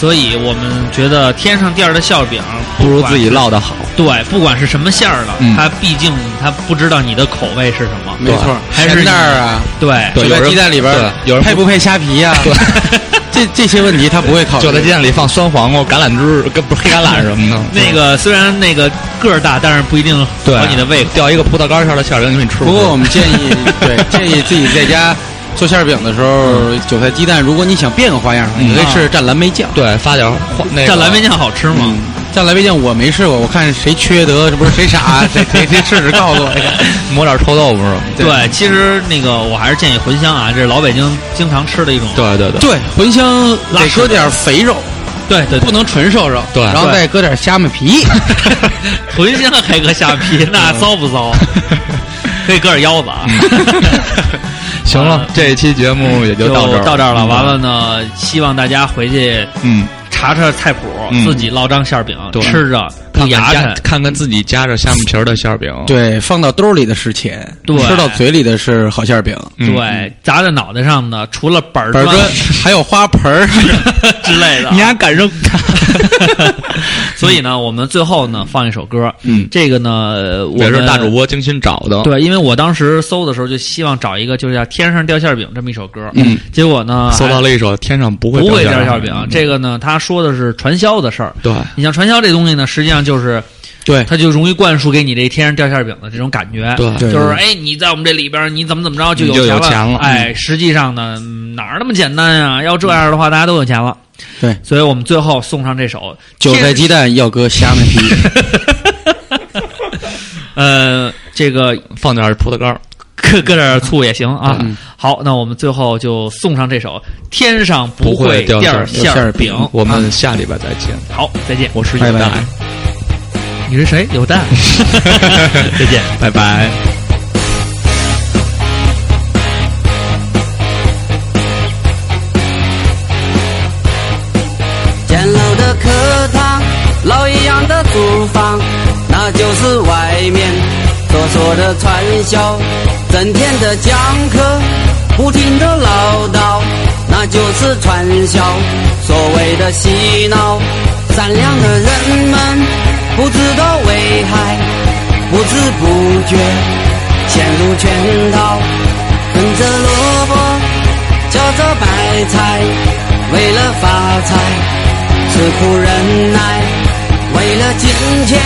所以我们觉得天上掉的馅儿饼
不如
管
自己烙的好。
对，不管是什么馅儿的，
嗯
它毕竟它不知道你的口味是什么，
没错，
还是
咸
你
蛋儿啊，
对，
对
就
有
在
人
鸡蛋里边儿
对有人不
配不配虾皮呀？
[LAUGHS]
这这些问题他不会考虑。
就在鸡蛋里放酸黄瓜、橄榄枝、跟不是黑橄榄什么的
嗯
那个虽然那个个儿大，但是不一定
对
合你的胃口。
掉一个葡萄干馅儿的馅儿饼，你说你吃
不过我
过
[LAUGHS]
们建议，对建议自己在家做馅儿饼的时候，
嗯
韭菜鸡蛋，如果你想变个花样的话，
嗯
你可以试
啊
试蘸蓝莓酱。啊
对，发点儿花那个
蘸蓝莓酱好吃吗？
蘸蓝莓酱我没试过，我看谁缺德，这不是谁傻，谁谁谁试试告诉我一下。 [LAUGHS]
抹点臭豆腐是吗？
对，其实那个我还是建议茴香啊，这是老北京经常吃的一种。
对对对，
对，茴香
拉
得
屎
搁点肥肉，
对对
不
对，
能纯瘦肉，
对
然后
[LAUGHS]
再搁点虾米皮。
茴香还搁虾皮， [LAUGHS] 那骚不骚？啊可以搁点腰子啊。 [LAUGHS]
行了，啊这一期节目也
就
就到这儿
到这儿了。
嗯
完了呢，希望大家回去
嗯，
查查菜谱，
嗯
自己烙张馅儿饼
对
吃着，不
看看
牙碜
夹。看看自己夹着虾米皮儿的馅儿饼，
对，放到兜里的是钱，
对
吃到嘴里的是好馅儿饼。
嗯
对，砸在脑袋上的，除了板儿
板
[LAUGHS]
砖还有花盆
[LAUGHS]
儿，
之类 [LAUGHS] 的，
你还敢 [LAUGHS] 扔？
所以呢，我们最后呢放一首歌，
嗯，
这个呢，我
也
们
是大主播精心找的，
对，因为我当时搜的时候就希望找一个就是叫《天上掉馅儿饼》这么一首歌，
嗯，
结果呢
搜到
还
了一首《天上不会
不会
掉
掉馅
馅嗯
儿饼，这个呢，他说的是传销的事儿。
对
你像传销这东西呢，实际上就是
对
它就容易灌输给你这天上掉馅儿饼的这种感觉，
对嗯
对
就是哎，你在我们这里边儿，你怎么怎么着就
你就
钱
有钱了嗯
哎，实际上呢，嗯哪儿那么简单呀？要这样的话，大家都有钱了。
对，
所以我们最后送上这首
韭菜鸡蛋要搁虾米皮。
呃，这个
放点葡萄干儿。
搁搁点儿醋也行啊
嗯。
好，那我们最后就送上这首《天上
不
会
会掉馅儿
馅儿饼》。
我们下礼拜再见，
好，再见。
我是
拜
有
拜
蛋，
你是谁？有
[LAUGHS]
蛋。 [LAUGHS] 再见。
拜拜。
简陋的课堂，老一样的租房，那就是外面所说的传销。整天的讲课，不停的唠叨，那就是传销。所谓的洗脑，善良的人们不知道危害，不知不觉陷入圈套，跟着萝卜。嚼着白菜，为了发财，吃苦忍耐，为了金钱，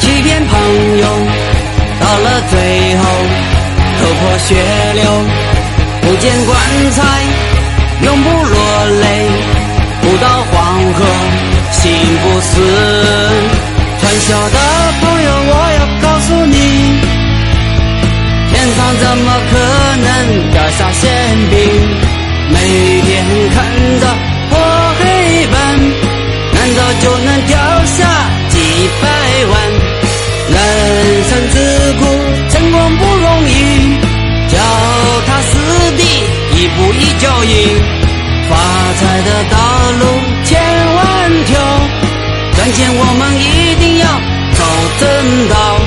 欺骗朋友，到了最后，头破血流，不见棺材，永不落泪，不到黄河，心不死。传销的朋友，我要告诉你。天上怎么可能掉下馅饼？每天看着我黑板，难道就能掉下几百万。人生自古成功不容易，脚踏实地，一步一脚印。发财的道路千万条，赚钱我们一定要走正道。